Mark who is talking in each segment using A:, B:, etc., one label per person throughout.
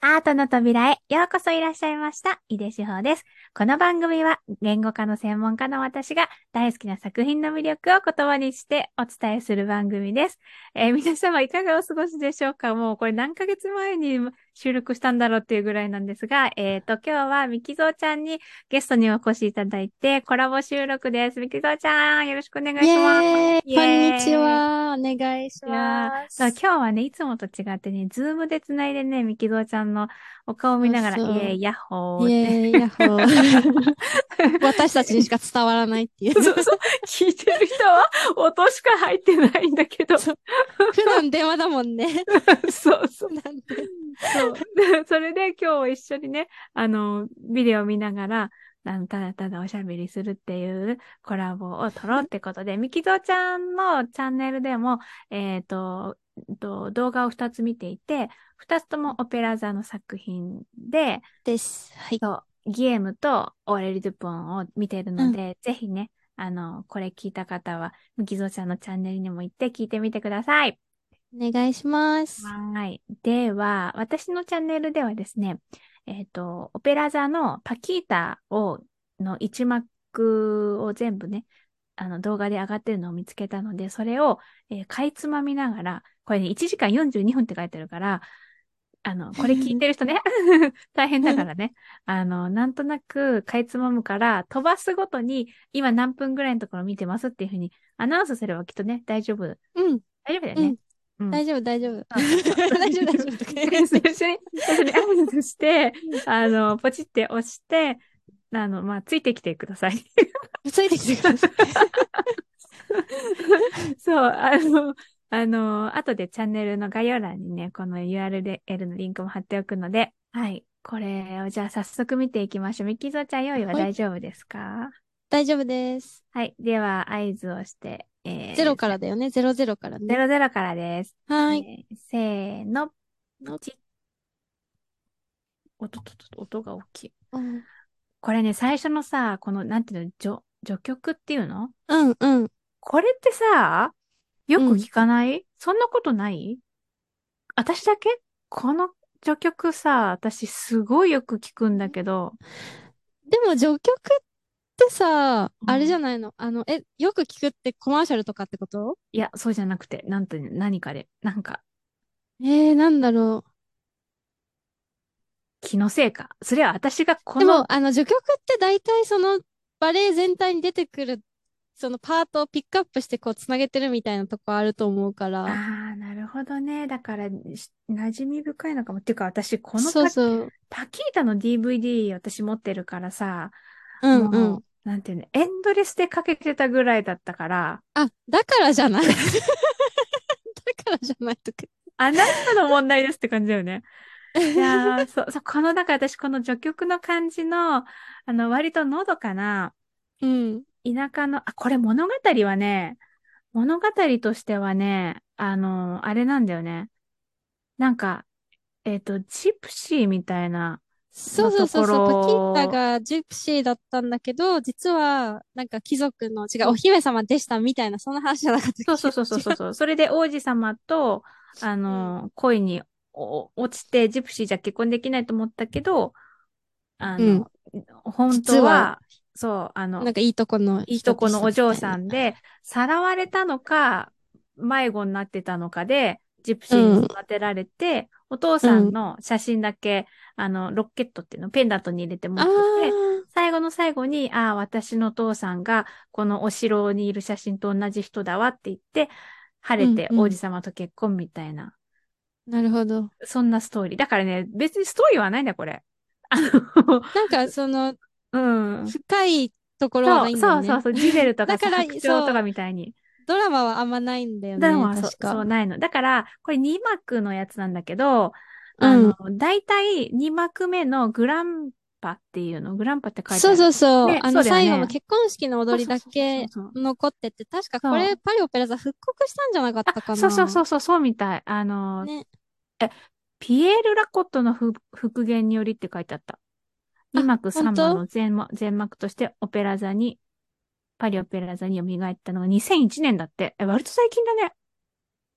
A: アートの扉へようこそいらっしゃいました。井出志保です。この番組は言語化の専門家の私が大好きな作品の魅力を言葉にしてお伝えする番組です。えー皆様いかがお過ごしでしょうかもうこれ何ヶ月前に収録したんだろうっていうぐらいなんですが、えっ、と、今日はみきぞうちゃんにゲストにお越しいただいてコラボ収録です。みきぞうちゃん、よろしくお願い
B: イ
A: します。
B: エーイ
A: イエーイ
B: こんにちはお願いします。
A: そう今日はね、いつもと違ってね、ズームでつないでね、みきぞうちゃんのお顔を見ながら、
B: そうそう
A: イエーイ、ヤッホ
B: イ
A: ーっ
B: エ
A: て。
B: ーイヤッホー 私たちにしか伝わらないっていう。
A: そうそう。聞いてる人は音しか入ってないんだけど。そ
B: そう普段電話だもんね。
A: そう
B: なんで
A: でそれで今日一緒にね、あの、ビデオ見ながら、あのただただおしゃべりするっていうコラボを撮ろうってことで、みきぞうちゃんのチャンネルでも、えっ、と、えっと、動画を2つ見ていて、2つともオペラ座の作品で、
B: です。はい。
A: そう、ギエムとオーレリ・ドゥポンを見てるので、ぜひね、あの、これ聞いた方は、むきぞうちゃんのチャンネルにも行って聞いてみてください。
B: お願いします。
A: はい。では、私のチャンネルではですね、えっ、と、オペラ座のパキータを、の一幕を全部ね、あの動画で上がってるのを見つけたので、それを、えーかいつまみながら、これね、1時間42分って書いてあるから、あの、これ聞いてる 人ね、大変だからね、あの、なんとなくかいつまむから、飛ばすごとに、今何分ぐらいのところ見てますっていうふうにアナウンスすればきっとね、大丈夫、
B: うん。
A: 大丈夫だよね。うん
B: 大丈夫、大丈夫。
A: あそう
B: 大丈夫、大丈夫。とか言
A: 最
B: い
A: 初に、最初にアナウンスして、あの、ポチって押して、あの、まあ、ついてきてください。
B: ついてきてください。
A: そう、あの、あの、後でチャンネルの概要欄にね、この URL のリンクも貼っておくので、はい。これをじゃあ早速見ていきましょう。ミキゾちゃん用意は
B: はい
A: 大丈夫ですか
B: 大丈夫です。
A: はい。では、合図をして、えー、
B: ゼロからだよね。ゼロゼロからね。
A: ゼロゼロからです。
B: はい。
A: えーせーの、
B: の
A: チッ音ととと音が大きい。
B: うん、
A: これね、最初のさ、この、なんていうの、序、序曲っていうの
B: うん、うん。
A: これってさ、よ
B: う
A: く
B: ん
A: 聞かない、そんなことない私だけこの序曲さ、私すごいよく聞くんだけど、
B: でも、序曲ってさ、
A: うん
B: あれじゃないのあの、え、よく聞くってコマーシャルとかってこと
A: いや、そうじゃなくて、なんて、何かで、なんか、
B: えー、なんだろう。
A: 気のせいか。それは私がこ
B: で
A: の、
B: も、あの、序曲って大体そのバレエ全体に出てくる、そのパートをピックアップしてこう、つなげてるみたいなとこあると思うから。
A: ああ、なるほどね。だから、し馴染み深いのかも。っていうか、私、この
B: そう
A: パ、
B: そう。
A: パキータの DVD 私持ってるからさ、
B: うんう
A: も
B: ん。
A: う、なんていうの、エンドレスでかけてたぐらいだったから、
B: あ、だからじゃない。だ からじゃないとか。
A: あなたの問題ですって感じだよ ね。いやー、そう、そう、 この、なんか私、この序曲の感じの、あの、割とのどかな、
B: うん。
A: 田舎の、あ、これ物語はね、物語としてはね、あの、あれなんだよね。なんか、えっと、ジプシーみたいな、
B: そうそうそうそう。
A: のと
B: パキ
A: ころ
B: ータがジプシーだったんだけど、実は、なんか貴族の、違う、お姫様でしたみたいな、そんな話じゃなかったっ
A: そう
B: け
A: そうそうそうそう。 そうそれで王子様と、あの、恋にお落ちて、ジプシーじゃ結婚できないと思ったけど、あの、本当
B: 実
A: は
B: は、
A: そう、あの、
B: なんかいいとこの
A: いいとこのお嬢さん
B: 人で
A: で、さらわれたのか、迷子になってたのかで、ジプシーに育てられて、お父さんの写真だけ、あの、ロケットっていうの、ペンダントに入れて持
B: した
A: って
B: みたいな。
A: て、
B: あ
A: 最後の最後に、ああ、私の父さんがこのお城にいる写真と同じ人だわって言って、晴れて
B: うんうん
A: 王子様と結婚みたいな、
B: あ、なるほど。
A: そんなストーリー。だからね、別にストーリーはないんだよ、これ。あ の、
B: なんか、その、
A: うん。
B: 深いところは
A: そう
B: ないん
A: そ
B: だよ
A: う
B: ね。
A: そうそう、ジゼルとか
B: だから
A: 白鳥とかみたいに。
B: ドラマはあんまないんだよね。
A: ドラマはそう
B: 確か。
A: そうないの。だから、これ2幕のやつなんだけど、
B: うん
A: あの、大体2幕目のグランパっていうの、グランパって書いてあ
B: そう
A: る。
B: そうそう。
A: ね
B: あの、
A: そうだよね
B: 最後の結婚式の踊りだけ
A: そうそうそうそう
B: 残ってて、確かこ
A: そ
B: れ、パリオペラ座復刻したんじゃなかったか
A: あ
B: な。
A: そうそうそうそう、そうみたい。あの、
B: ね。
A: ピエール・ラコットのふ復元によりって書いてあった。
B: あ
A: 2幕3
B: 本
A: 幕
B: 当
A: の全幕全幕としてオペラ座に、パリオペラ座に蘇ったのが2001年だって。え、割と最近だね。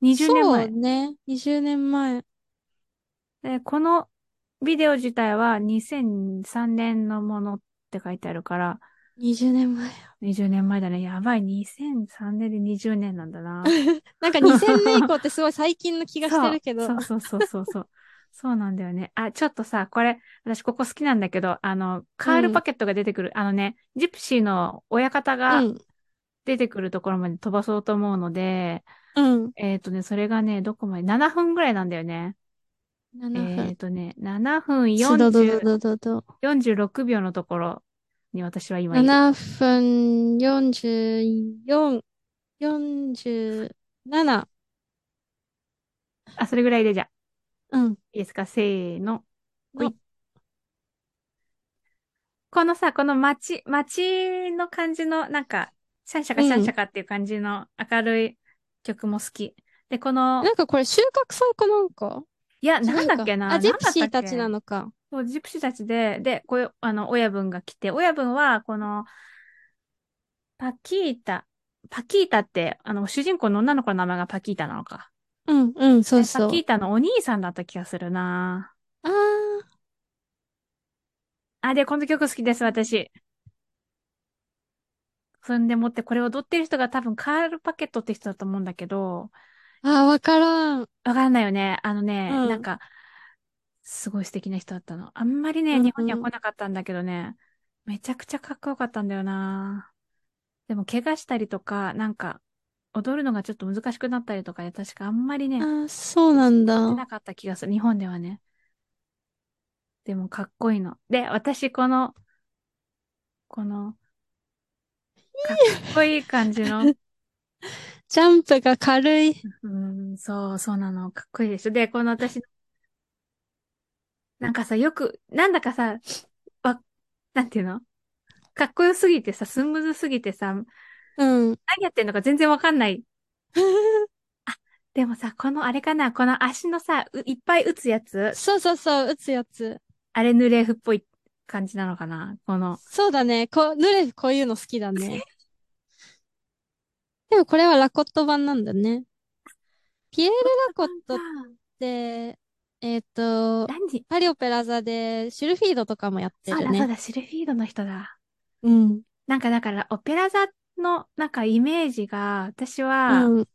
A: 20年
B: そう
A: 前。
B: ね。20年前。
A: でこのビデオ自体は2003年のものって書いてあるから、
B: 20年前。
A: 20年前だね。やばい。2003年で20年なんだ な。
B: なんか2000年以降ってすごい最近の気がしてるけど
A: そ。うそうそうそうそうそう。 そうなんだよね。あ、ちょっとさ、これ、私ここ好きなんだけど、あの、カールパケットが出てくる、あのね、ジプシーの親方
B: う
A: が
B: ん。
A: 出てくるところまで飛ばそうと思うので、
B: うん。
A: えっ、とね、それがね、どこまで、7分ぐらいなんだよね。え
B: 7
A: っ、
B: 分。
A: とね、7分
B: すどどど
A: 40
B: どどど。
A: 46秒のところに私は今いる。
B: 7分44、47。
A: あ、それぐらいでじゃあ、
B: うん。
A: いいですか、せーの。
B: の
A: ほいこのさ、この街、街の感じの、なんか、シャンシャカシャンシャカっていう感じの明るい曲も好き。で、この、
B: なんかこれ収穫祭かなんか
A: いや、
B: 違うか
A: なんだっけな。
B: あ、ジ
A: なん
B: プ
A: だったっ
B: シ
A: け
B: ーたちなのか。
A: そう、ジプシーたちで、で、こう、あの、親分が来て、親分は、この、パキータ、パキータって、あの、主人公の女の子の名前がパキータなのか。
B: うん、うん、そう
A: で
B: そ
A: パ
B: う
A: キ。ータのお兄さんだった気がするな
B: あ
A: あ、で、この曲好きです、私。そんでもって、これ踊ってる人が多分カール・パケットって人だと思うんだけど、
B: ー、あー、わからん。
A: わかんないよね。あのね、
B: うん
A: なんか、すごい素敵な人だったの。あんまりね、
B: うんうん
A: 日本には来なかったんだけどね、めちゃくちゃかっこよかったんだよな。でも、怪我したりとか、なんか、踊るのがちょっと難しくなったりとかで、確かあんまりね、
B: あー、そうなん
A: 出
B: だ。
A: なかった気がする。日本ではね。でも、かっこいいの。で、私、この、この、かっこいい感じの、
B: ジャンプが軽い。
A: うん、そう、そうなの。かっこいいでしょ。で、この私の、なんかさ、よく、なんだかさ、わ、なんていうのかっこよすぎてさ、スムーズすぎてさ、何
B: うん。
A: やってんのか全然わかんない。でもさ、このあれかな、この足のさ、ういっぱい打つやつ、
B: そうそうそう、打つやつ。
A: あれヌレフっぽい感じなのかな。この、
B: そうだね。こう、ヌレフこういうの好きだね。でもこれはラコット版なんだね。ピエール・ラコットっ
A: あ
B: て、えっと、
A: 何
B: パリオペラ座でシュルフィードとかもやって
A: そう
B: る
A: だそう
B: ね。
A: だ、シルフィードの人だ。
B: うん。
A: なんかだから、オペラ座の、なんかイメージが、私は、
B: うん。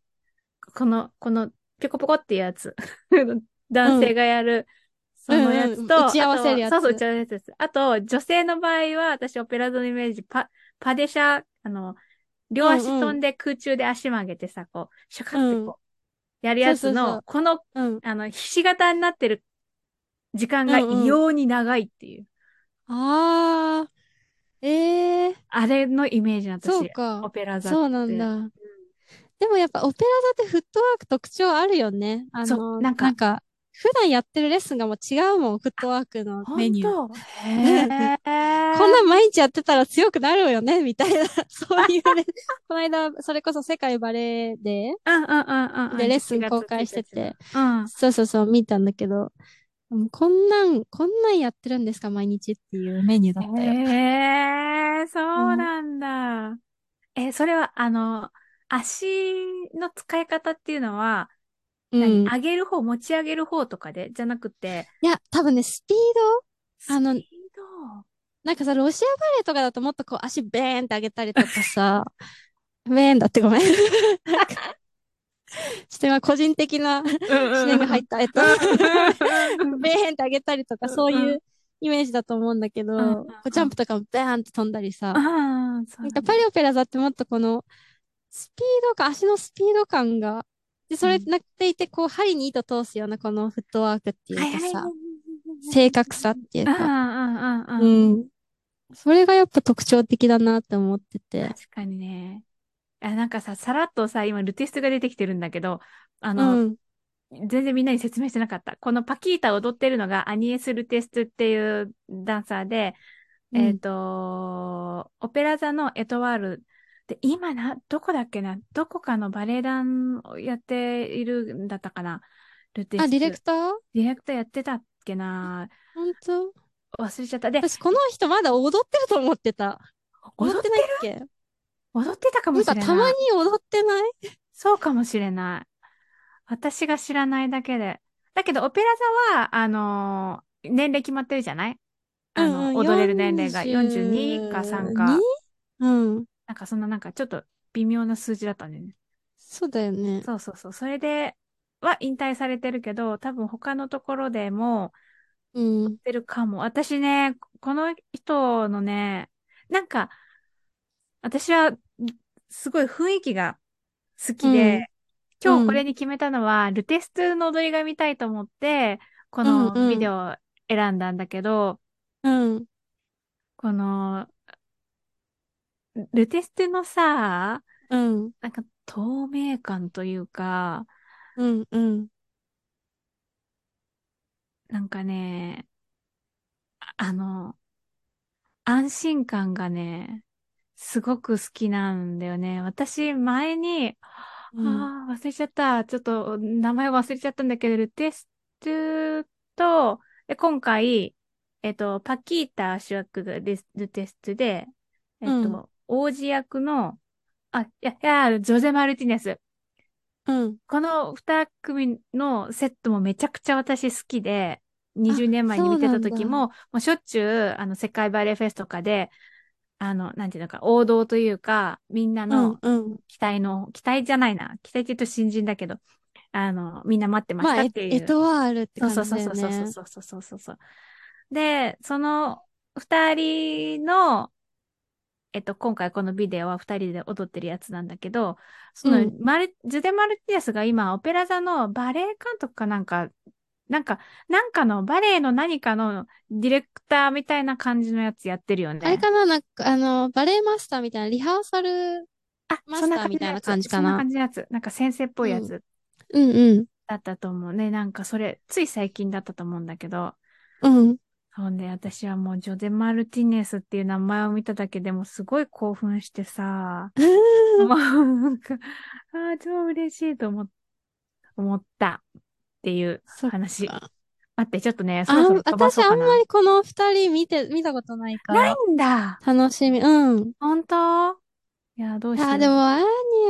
A: この、この、ピョコピョコっていうやつ。 男性がやる、そのやつと、
B: うんうん打ち合わせるやつ
A: あとそうそう、打ち合わせるやつ。あと、女性の場合は、私、オペラ座のイメージ、パ、パデシャ、あの、両足
B: うんうん
A: 飛んで空中で足曲げてさ、こう、シャカって
B: うん
A: こう、やるやつの、
B: そうそうそう
A: この、
B: うん。
A: あの、ひし形になってる時間が異様に長いっていう、
B: ああ、ええー、
A: あれのイメージな私、
B: そう
A: オ
B: か。
A: ペラ座って。
B: そうなんだ。でもやっぱオペラ座ってフットワーク特徴あるよね。あ
A: そう
B: の、
A: なんか
B: 普段やってるレッスンがもう違うもん、フットワークのメニュー。
A: 本当へー。
B: こんなん毎日やってたら強くなるよね、みた いな、そういうね、この間、それこそ世界バレエで、
A: うんうんうんうんうん。
B: で、レッスン公開して
A: 11
B: て、
A: 月。うん。
B: そうそうそう、見たんだけど、もうこんなん、こんなんやってるんですか、毎日っていうメニューだったよ。
A: へえ、そうなんだ。え、それは、あの、足の使い方っていうのは、
B: う
A: 何
B: ん。
A: 上げる方、持ち上げる方とかで、じゃなくて、
B: いや、多分ね、スピードあの
A: スピー
B: なんかさ、ロシアバレエとかだともっとこう足ベーンって上げたりとかさ、 ベーンだってごめん。なんかちょっと今個人的な
A: ド。うん
B: 視点が入った。えっと、
A: うん
B: ベーンって上げたりとか、そういうイメージだと思うんだけど、
A: うんうんうん
B: こうジャンプとかもベーンって飛んだりさ、
A: ああ、そう
B: な
A: なんんだ
B: かパリオペラ座ってもっとこの、スピードか、足のスピード感が、で、それ
A: うん
B: なっていて、こう、針に糸通すようなこのフットワークっていうか
A: はいはい
B: さ、正確さっていう
A: うんう
B: か、
A: んうんう。
B: うんん。それがやっぱ特徴的だなって思ってて。
A: 確かにね。あ、なんかさ、さらっとさ、今、ルティストが出てきてるんだけど、あ
B: う
A: の、
B: ん。
A: 全然みんなに説明してなかった。このパキータを踊ってるのがアニエス・ルテストっていうダンサーで、えっ、と、オペラ座のエトワールで、今な、どこだっけな、どこかのバレエ団をやっているんだったかな、ルテ
B: う
A: スト。
B: ん。あ、ディレクター
A: ディレクターやってたっけな、
B: 本当
A: 忘れちゃった。で、
B: 私、この人まだ踊ってると思ってた。
A: 踊
B: 踊
A: っ
B: って
A: て、
B: ないっけ
A: 踊ってたか
B: な
A: も
B: ん
A: しれ
B: か
A: ない。
B: たまに踊ってない
A: そうかもしれない。私が知らないだけで。だけど、オペラ座は、あの年齢決まってるじゃないあの、
B: うんうん
A: 踊れる年齢が
B: 42
A: 42か3か、
B: うん。
A: なんかそんななんかちょっと微妙な数字だったんだよね。
B: そうだよね。
A: そうそうそう。それでは引退されてるけど、多分他のところでも、
B: うん。
A: ってるかも。私ね、この人のね、なんか、私は、すごい雰囲気が好きで、
B: うん
A: 今日これに決めたのは、ルテストゥの踊りが見たいと思って、この
B: うんうん
A: ビデオを選んだんだけど、
B: うん。
A: この、ルテストゥのさ、
B: うん。
A: なんか透明感というか、
B: うん。うん。
A: なんかね、ああの、安心感がね、すごく好きなんだよね。私、前に、
B: うん。
A: ああ、忘れちゃった。ちょっと、名前忘れちゃったんだけど、ルテストゥと、で、今回、えっと、パキータ主役がルルテストゥで、えっと、
B: うん
A: 王子役の、あ、いや、いや、ジョゼ・マルティネス。
B: うん。
A: この二組のセットもめちゃくちゃ私好きで、20年前に見てた時も、もうしょっちゅう、あの、世界バレエフェスとかで、あの、なんていうのか、王道というか、みんな
B: う
A: の
B: ん。うん。
A: 期待の、期待じゃないな、期待って言うと新人だけど、あの、みんな待ってま
B: ま
A: し
B: あ、
A: た
B: エ
A: っていう。
B: エトワールって
A: そう
B: 感
A: そう
B: じ
A: そう
B: だ
A: そ
B: よ
A: うそう
B: ね。
A: そうそうそうそうそう。で、その二人の、えっと、今回このビデオは二人で踊ってるやつなんだけど、その、
B: うん
A: マル、ジュデ・マルティアスが今、オペラ座のバレエ監督かなんか、なんか、なんかのバレエの何かのディレクターみたいな感じのやつやってるよね。
B: あれかななんか、あの、バレエマスターみたいな、リハーサル。
A: あ、
B: マ
A: そん
B: ス
A: な
B: ターみたいな
A: 感
B: 感
A: じのや
B: じ
A: つ
B: か
A: そん
B: な
A: な感じのやつ。なんか先生っぽいやつ
B: うんうん。
A: だったと思うね。なんかそれ、つい最近だったと思うんだけど。
B: うん。
A: そうね、私はもうジョゼ・マルティネスっていう名前を見ただけでもすごい興奮してさ、もうなんか、ああ、超嬉しいと思っ思ったっていう
B: そっか
A: 話。待って、ちょっとね、そろ
B: あ
A: そ
B: ん
A: ろ飛ば
B: 私
A: そう
B: あ
A: か
B: ん
A: な。
B: まりこの二人見て、見たことないか
A: な
B: ら
A: い。んだ
B: 楽しみ。うん。
A: 本当いや、どうしよう。
B: あ、でも、アー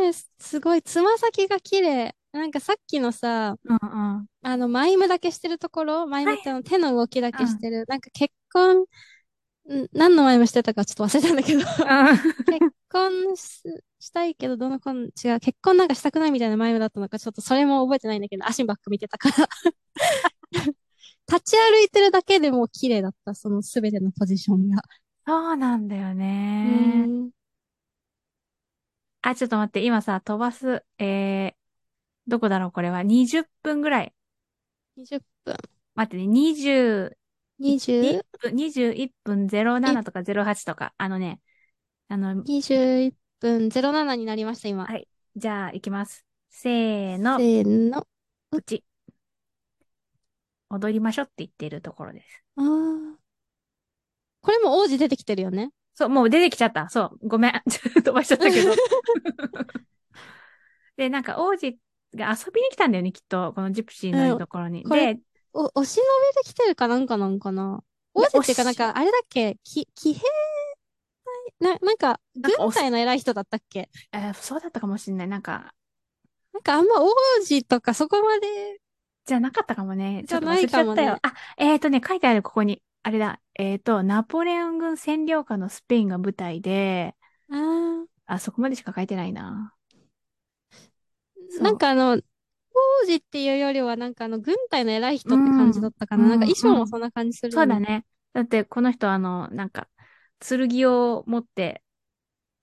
B: ニエ、すごい、つま先が綺麗。なんかさっきのさ、
A: うん うん。
B: あの、マイムだけしてるところ、マイムってあの手の動きだけしてる。なんか結婚、ん何のマイムしてたかちょっと忘れたんだけど、結婚し、したいけど、どの子の、違う、結婚なんかしたくないみたいなマイムだったのか、ちょっとそれも覚えてないんだけど、アシンバック見てたから。 立ち歩いてるだけでもう綺麗だった、そのすべてのポジションが。
A: そうなんだよ
B: う
A: ね。
B: ん。
A: あ、ちょっと待って、今さ、飛ばす、えー、どこだろう、これは。20分ぐらい。
B: 20分、
A: 待ってね、20、
B: 20、
A: 21分07とか08とか、あのね、あの、
B: 21分07になりました、今。
A: はいじゃあ行きます。せーの、
B: せーの。
A: うち。踊りましょうって言ってるところです。
B: あーこれも王子出てきてるよね。
A: そう、もう出てきちゃった。そう、ごめん。 ちょっと飛ばしちゃったけ ど。で、なんか王子が遊びに来たんだよね、きっと。このジプシーのいるところに。
B: うんこれ
A: で、
B: お、お忍びで来てるかなんかなんかな。王子っていうか、なんか、あれだっけき、騎兵隊な、なんか、
A: なんかお
B: 軍隊の偉い人だったっけ
A: えーそうだったかもしれない。なんか、
B: なんかあんま王子とかそこまで、
A: じゃなかったかもね。
B: じゃ
A: ちょっと忘れちゃった
B: ない
A: よ。あ、えーとね、書いてある、ここに。あれだ。えーと、ナポレオン軍占領下のスペインが舞台で、
B: あー
A: あ、そこまでしか書いてないな。そう
B: なんかあの、王子っていうよりは、なんかあの、軍隊の偉い人って感じだったかな。
A: うん
B: なんか衣装
A: うん
B: もそんな感じする
A: そうだ
B: ね。
A: ね。だって、この人、あの、なんか、剣を持って、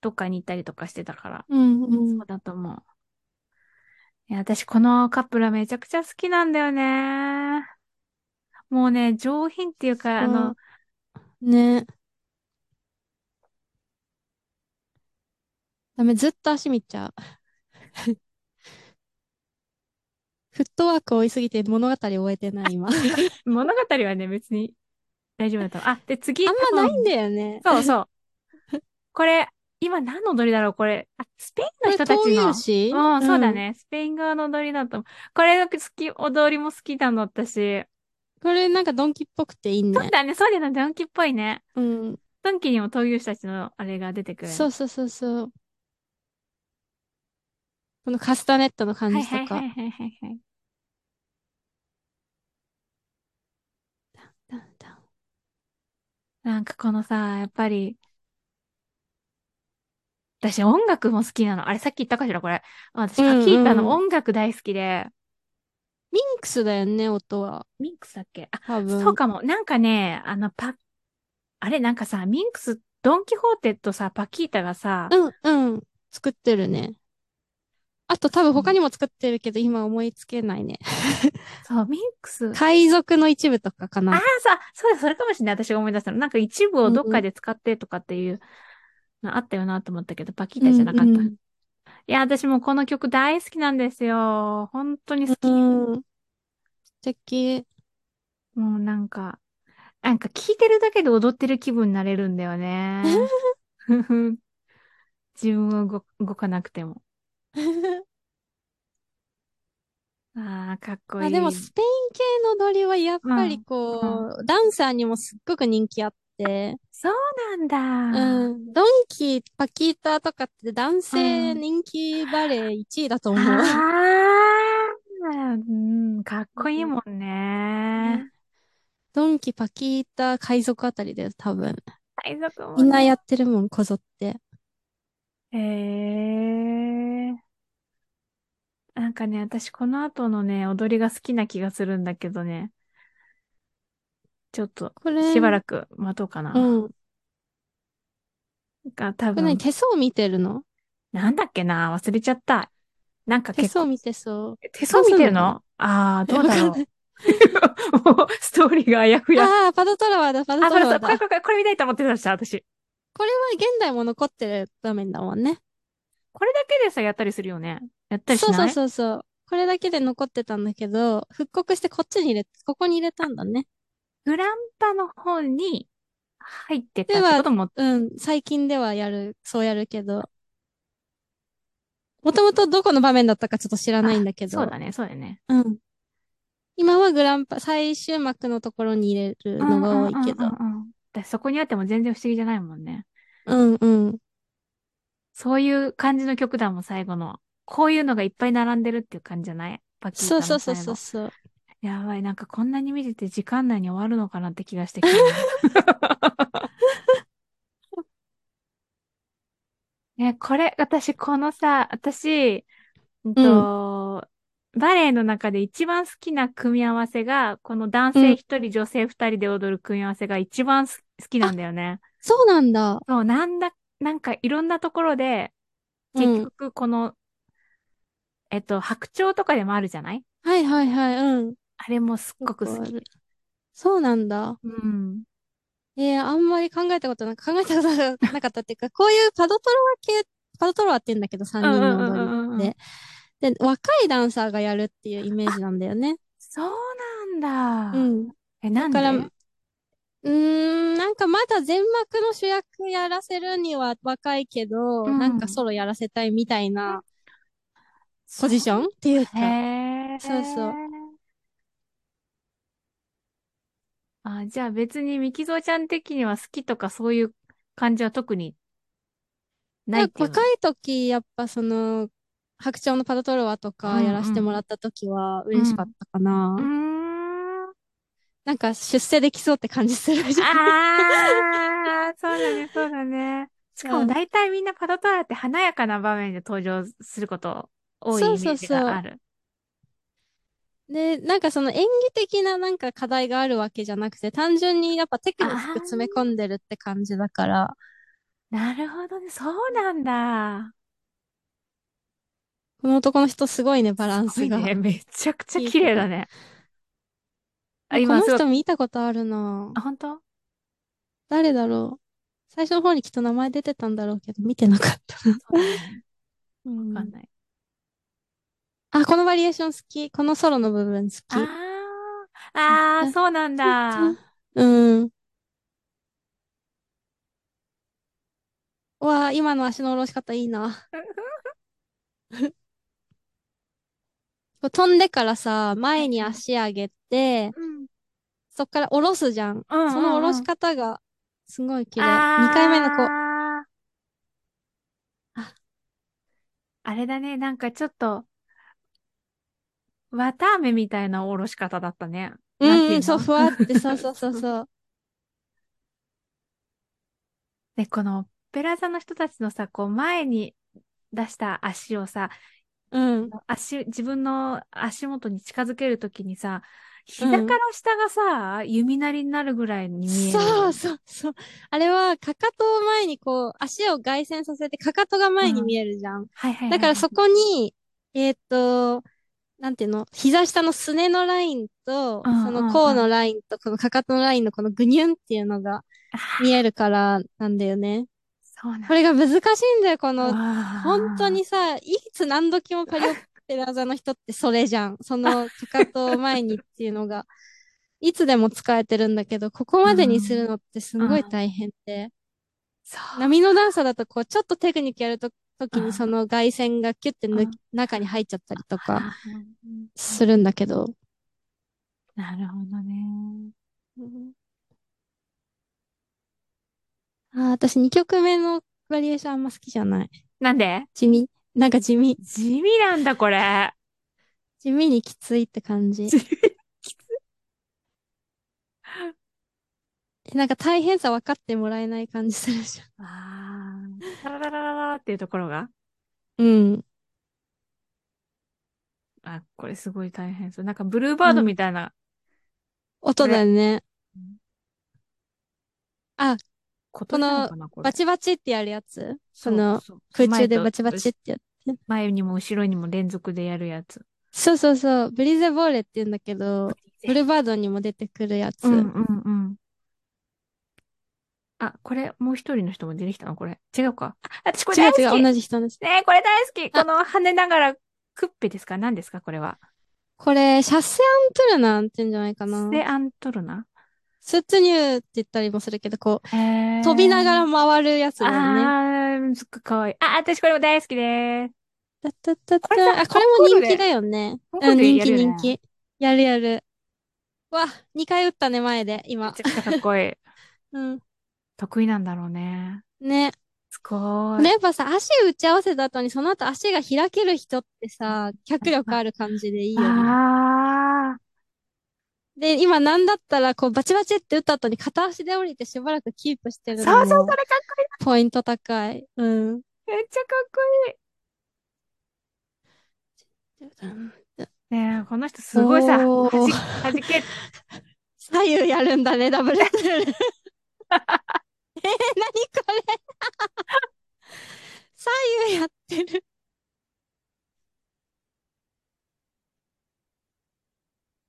A: どっかに行ったりとかしてたから、
B: うんうん
A: そう。だと思う。いや、私、このカップルはめちゃくちゃ好きなんだよね。もうね、上品っていうか、あの、
B: ね。ダメ、ずっと足見ちゃう。 フットワークを追いすぎて物語終えて ない、今。あん
A: 物語はね、別に大丈夫だと思う。あ、で、次、多
B: ま
A: 分
B: ないんだよ ね。
A: そうそう。これ、今何の踊りだろうこれ。あ、スペイン
B: こ
A: の
B: れ、
A: 人たち
B: 闘
A: の。
B: 牛士
A: うん、そうだ。ね。スペイン側の踊りだと思う。これ、好き、踊りも好きなの、私。
B: んこれ、なんかドンキっぽくていい
A: そう
B: ね。
A: だね、そうだね、ドンキっぽいね。
B: うん。
A: ドンキにも闘牛士たちのあれが出てくる。
B: そうそうそうそう。このカスタネットの感
A: はい
B: じと
A: はいはい
B: か。
A: はいはいはい。
B: だ
A: なんかこのさ、やっぱり、私音楽も好きなの。あれさっき言ったかしら、これ。私、
B: うんうん
A: パキータの音楽大好きで、
B: ミンクスだよね、音は。
A: ミンクスだっけあ、
B: 多分。
A: そうかも。なんかね、あの、パ、あれ、なんかさ、ミンクス、ドンキホーテとさ、パキータがさ、
B: うん、うん。作ってるね。あと多分他にも作ってるけど、今思いつけないね。
A: そう、ミンクス。
B: 海賊の一部とかか
A: ああ
B: な。、
A: さ、そうだ、それかもしれない。私が思い出したの。なんか一部をどっかで使ってとかっていうのあったよなと思ったけど、パキータじゃなかった。
B: うん
A: いや、私もこの曲大好きなんですよ。本当に好き。
B: うん。うん。素 敵。
A: もうなんか、なんか聴いてるだけで踊ってる気分になれるんだよね。ふふ 自分は動動かなくても。ああ、かっこ
B: ま
A: い
B: あ
A: い。
B: でもスペイン系のドリはやっぱりこ
A: うん
B: う、ダンサーにもすっごく人気あって、
A: そうなん
B: う
A: だ。
B: ん、ドンキ、パキータとかって男性人気バレー1位だと思う。
A: ああ、うん、かっこいいもんね。
B: ドンキ、パキータ、海賊あたりだよ、多分。
A: 海賊も
B: みんな
A: ね。
B: やってるもん、こぞって。
A: へえ。なんかね、私この後のね、踊りが好きな気がするんだけどね。ちょっと、
B: これ、
A: しばらく待とうかな。
B: うん。こ
A: が多
B: れ何、
A: 分、
B: 手相見てるの
A: なんだっけな、忘れちゃった。なんか
B: 手
A: 結
B: 相
A: 構、
B: 見てそう。
A: 手相見てるのああ、どうだろ
B: わかん
A: う
B: ない。
A: もうストーリーがあやふや。
B: ああ、パドトラワーだ、パド
A: あ、
B: ト
A: これ
B: ラワ
A: そ
B: ー
A: う、これ、
B: だ。
A: これ、これ見たいと思ってました、私。
B: これは現代も残ってる場面だもんね。
A: これだけでさ、やったりするよね。やったりし
B: そう
A: ない
B: そうそうそう。これだけで残ってたんだけど、復刻してこっちに入れ、ここに入れたんだね。
A: グランパの方に入ってたってことも、
B: うん、最近ではやる、そうやるけど。もともとどこの場面だったかちょっと知らないんだけど。
A: そうだね、そうだよね。
B: うん。今はグランパ、最終幕のところに入れるのが多いけど
A: うん。うんうんうんうんだそこにあっても全然不思議じゃないもんね。
B: うんうん。
A: そういう感じの曲だもん、最後の。こういうのがいっぱい並んでるっていう感じじゃないパキータ
B: そ
A: の
B: うそうそ
A: 最
B: うそ
A: 後。
B: うそう。
A: やばい、なんかこんなに見てて時間内に終わるのかなって気がしてきた な。ね、これ、私、このさ、私、うんと、バレエの中で一番好きな組み合わせが、この男性一人、女性二人で踊る組み合わせが一番す好きなんだよね。
B: そうなんだ。
A: そう、なんだ、なんかいろんなところで、
B: う
A: 結
B: ん。
A: 局この、えっと、白鳥とかでもあるじゃない
B: はいはいはい、うん。
A: あれもすっごく好き。
B: そうなんだ。
A: うん。
B: えー、あんまり考えたことなく、考えたことなかなかったっていう か、こういうパドトロワ系、パドトロワって言うんだけど、3人
A: う
B: の
A: んうんうんうんう
B: 踊
A: ん
B: りって。で、若いダンサーがやるっていうイメージなんだよね。
A: そうなん
B: う
A: だ。
B: ん。
A: え、なん
B: だから、
A: で
B: うーん、なんかまだ全幕の主役やらせるには若いけど、
A: うん
B: なんかソロやらせたいみたいなポジションっていうか。
A: へえ。
B: そうそう。
A: あ、じゃあ別にミキゾーちゃん的には好きとかそういう感じは特にないっていうの
B: 若い時、やっぱその、白鳥のパドトロワとかやらせてもらった時は嬉しかったかな。
A: う ーん。
B: なんか出世できそうって感じするじゃん。
A: ああ、そうだね、そうだね。しか
B: う
A: も
B: ん
A: 大体みんなパドトラって華やかな場面で登場すること多いイメージがある。
B: で、なんかその演技的ななんか課題があるわけじゃなくて、単純にやっぱテクニック詰め込んでるって感じだから、
A: なるほどね、そうなんだ。
B: この男の人すごいね、バランスが。
A: すごいね、めちゃくちゃ綺麗だね。あ、
B: こ
A: 今
B: の
A: すごい、
B: 人見たことあるな
A: あ、本当
B: 誰だろう。最初の方にきっと名前出てたんだろうけど、見てなかったな。
A: そうだね。
B: う
A: わ
B: ん
A: かんない。
B: あ、このバリエーション好き。このソロの部分好き。
A: ああ、ああ、そうなんだ。
B: うん。うわあ、今の足の下ろし方いい な。こう飛んでからさ、前に足上げて、
A: うん。
B: そっから下ろすじゃん。
A: うんうんうん
B: その下ろし方が、すごい綺麗。
A: あ
B: 2回目の子。
A: あー
B: あ
A: あれだね、なんかちょっと、わたあめみたいなおろし方だったね。
B: う
A: なんてい
B: ん、
A: う
B: そう、
A: の
B: ふわって、そうそうそうそう。
A: で、このオペラ座の人たちのさ、こう前に出した足をさ、
B: うん。
A: 足、自分の足元に近づけるときにさ、膝から下がさ、弓なりになるぐらいに見える。
B: そうそうそう。あれは、かかとを前にこう、足を外旋させて、かかとが前に見えるじゃ
A: はい
B: ん。
A: はいはい。
B: だからそこに、えーっと、なんていうの、膝下のすねのラインと、
A: うん
B: そ
A: うんう
B: の
A: ん
B: 甲のラインと、このかかとのラインのこのグニュンっていうのが
A: あー、
B: 見えるからなんだよね。
A: そうなん
B: これが難しいんだよ、この、
A: だ。
B: 本当にさ、いつ何時もパリオペラ座の人ってそれじゃん。そのかかとを前にっていうのが、いつでも使えてるんだけど、ここまでにするのってすごい大変で。
A: そう。
B: 波の段差だと、こう、ちょっとテクニックやると、時
A: う
B: に
A: ん
B: その外線がキュッて抜き
A: うん
B: 中に入っちゃったりとか
A: うん
B: するんだけど。
A: なるほどね。
B: あー私2曲目のバリエーションあんま好きじゃない。
A: なんで
B: 地味。なんか地味。
A: 地味なんだ、これ。
B: 地味にきついって感じ。なんか大変さ分かってもらえない感じするじ
A: ああ、ララララララっていうところが、
B: ゃん。うん。
A: あ、これすごい大変そう。なんかブルーバードみたいな
B: 音だよね
A: れうん。こと
B: こ
A: な
B: の
A: のかな、これ
B: バ。チバチってやるやつ。
A: そう
B: この
A: そう
B: 空中でバチバ
A: 前と
B: チってやる。
A: 前にも後ろにも連続でやるやつ。
B: そうそうそう。ブリゼボーレって言うんだけど、ブルーバードにも出てくるやつ。
A: うんうんうん。あ、これ、もう一人の人も出てきたのこれ。違うか。あ私これ
B: 違
A: 大
B: う
A: 好き
B: 違う、同じ人です。
A: ねえこれ大好きこの跳ねながら、クッペですか何ですかこれは。
B: これ、シャッセアントゥルナンって言うんじゃないかな。
A: で、アントルナ
B: スッツニューって言ったりもするけど、こう、
A: 飛
B: 飛びながら回るやつだよね。
A: あー、すっごいかわいい。あ、私これも大好きです。
B: たたたた
A: これさ
B: あ、これも
A: コンクール
B: 人
A: で
B: 気だよね。
A: コンクー
B: う
A: ル
B: ん、
A: で
B: 人
A: や
B: 気
A: るよね
B: 人気。やるやる。わ、2回打ったね、前で、
A: め
B: 今
A: ち。ゃくちゃかっこいい。
B: うん。
A: 得意なんだろうね。
B: ね。
A: すご
B: これ
A: い。
B: やっぱさ、足打ち合わせた後に、その後足が開ける人ってさ、脚力ある感じでいいよね。
A: ああ、
B: で、今なんだったら、こう、バチバチって打った後に片足で降りてしばらくキープしてる
A: そう
B: の
A: そう、それかっ
B: も
A: こい
B: ポイント高い。うん。
A: い。めっちゃかっこいい。ねえ、この人すごいさ、
B: お
A: は
B: ー
A: じ、はじけ、
B: 左右やるんだね、ダブルツー ル。えー、何これ 左右やってる。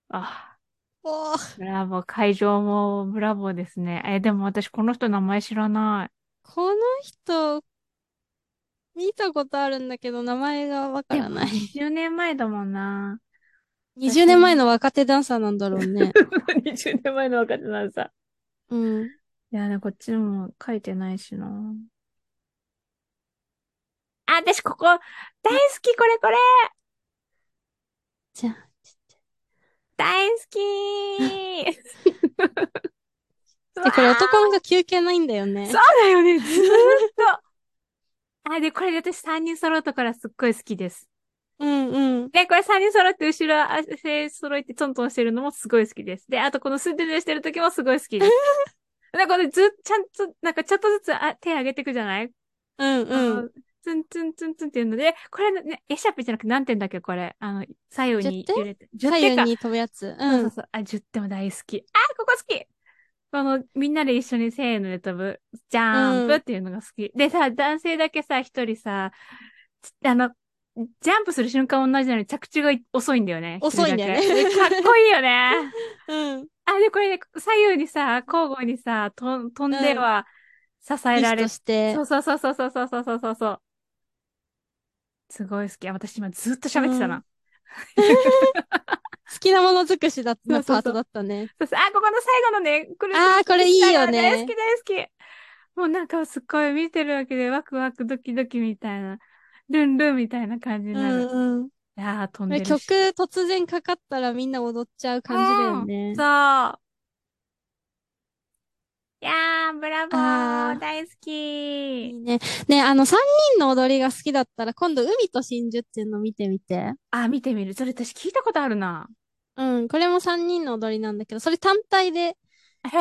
A: あ、
B: おー
A: ブラボー、会場もブラボーですね。え、でも私この人名前知らない。
B: この人、見たことあるんだけど、名前がわからない。
A: 20年前だもん な。
B: 20年前の若手ダンサーなんだろうね。
A: 20年前の若手なんさ。
B: うん。
A: いやね、こっちにも書いてないしな。あ、私ここ、大好き、これこれ
B: じゃあ、
A: 大好き ー
B: で、これ男の人休憩ないんだよね。
A: そうだよね、ずーっ と。あ、で、これ私3人揃うところすっごい好きです。
B: うんうん。
A: で、これ3人揃って後ろ足揃えてトントンしてるのもすごい好きです。で、あとこのスンデレしてる時もすごい好き です。で、これずっと、ちゃんと、なんかちょっとずつあ手上げていくじゃない
B: うんう
A: あ
B: ん。
A: のツンツンツンツンっていうので、これね、エシャップじゃなくて何点だっけこれ。あの、左右に
B: 10点
A: 揺れて。10
B: 左
A: 点
B: 右
A: か。
B: に飛ぶやつ。
A: そ
B: う。
A: うそうんそう。あ、10点も大好き。あ、ここ好きこの、みんなで一緒にせーので飛ぶ、ジャンプっていうのが好き。でさ、男性だけさ、一人さ、つあの、ジャンプする瞬間同じなのに着地が遅いんだよね。
B: 遅いんだよね
A: 一人けでかっこいいよね。
B: うん。
A: あ、で、これね、左右にさ、交互にさ、とん飛んでは支えられ
B: リストして
A: そう。そうそうそうそうそうそうそうそう。すごい好き。あ、私今ずっと喋ってた
B: うん
A: な。
B: 好きなもの尽くしだった
A: そうそうそう
B: パートだったね。
A: そうそうあ、ここの最後のね、クル
B: あーこれいいよね
A: 大好き大好き。もうなんかすっごい見てるわけで、ワクワクドキドキみたいな、ルンルンみたいな感じに
B: う
A: なる。い
B: んうん。
A: やー、飛ん
B: こ
A: で
B: れ
A: る
B: 曲
A: し。
B: 突然かかったらみんな踊っちゃう感じだよね。
A: そう。いやー、ブラボ
B: あ
A: ー、
B: ー
A: 大好
B: い
A: き。
B: いね。ね、あの、3人の踊りが好きだったら、今度、海と真珠っていうの見てみて。
A: あ、見てみる。それ私聞いたことあるな。
B: うん、これも3人の踊りなんだけど、それ単体で、
A: へ
B: あの、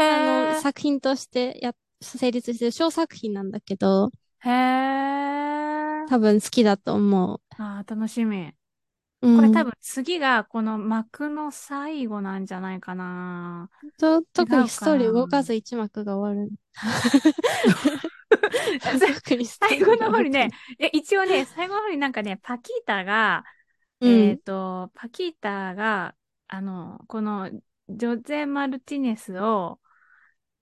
A: ー。
B: 作品としてやっ成立してる小作品なんだけど、
A: へえ。
B: 多分好きだと思
A: あー楽しみ。
B: う。うん
A: これ多分次がこの幕の最後なんじゃないかな。
B: と、特
A: 違うかな
B: にストーリー動かず一幕が終 わる。特にストー
A: 最
B: リー
A: 後の方に ね、いや一応ね、最後の方になんかね、パキータが、
B: うん、
A: えっ、と、パキータが、あの、この、ジョゼ・マルティネスを、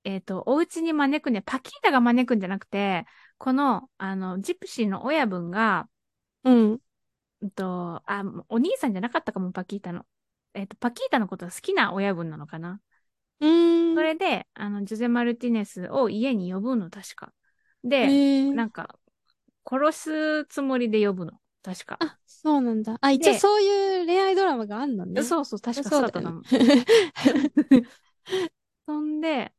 A: えっ、と、お家に招くね、パキータが招くんじゃなくて、この、あの、ジプシーの親分が、
B: うん。
A: うんと、あ、お兄さんじゃなかったかも、パキータの。えっ、と、パキータのことが好きな親分なのかな。
B: うーん。
A: それで、あの、ジョゼ・マルティネスを家に呼ぶの、確か。
B: え
A: で、
B: ー
A: なんか、殺すつもりで呼ぶの、確か。
B: あ、そうなんだ。あ、一応
A: で
B: そういう恋愛ドラマがあんのね。
A: そうそう、確か
B: そう
A: だ
B: だ
A: った
B: よ
A: と
B: ね
A: 思う。そんで、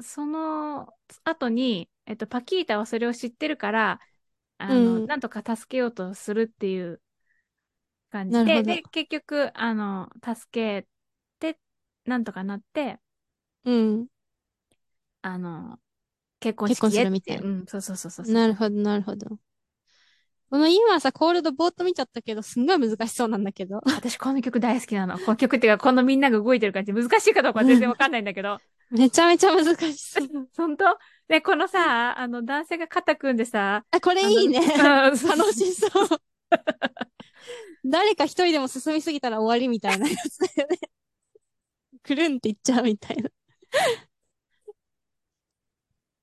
A: その後に、えっと、パキータはそれを知ってるから、あの、
B: うん
A: なんとか助けようとするっていう感
B: な
A: じで、
B: るほど
A: で、結局、あの、助けて、なんとかなって、
B: うん。
A: あの、結婚式
B: 結
A: へっ
B: 婚
A: て
B: するみたいな
A: うん、そうそうそうそう。
B: なるほど、なるほど。この今さ、コールドぼーっと見ちゃったけど、すんごい難しそうなんだけど。
A: 私、この曲大好きなの。この曲っていうか、このみんなが動いてる感じ、難しいかどうかは全然わかんないんだけど。
B: めちゃめちゃ難しそう。
A: 本当で、このさ、あの、男性が肩組んでさ、
B: あ、これいいね。
A: あのうん
B: 楽しそう。 誰か一人でも進みすぎたら終わりみたいなやつだよね。 くるんっていっちゃうみたいな。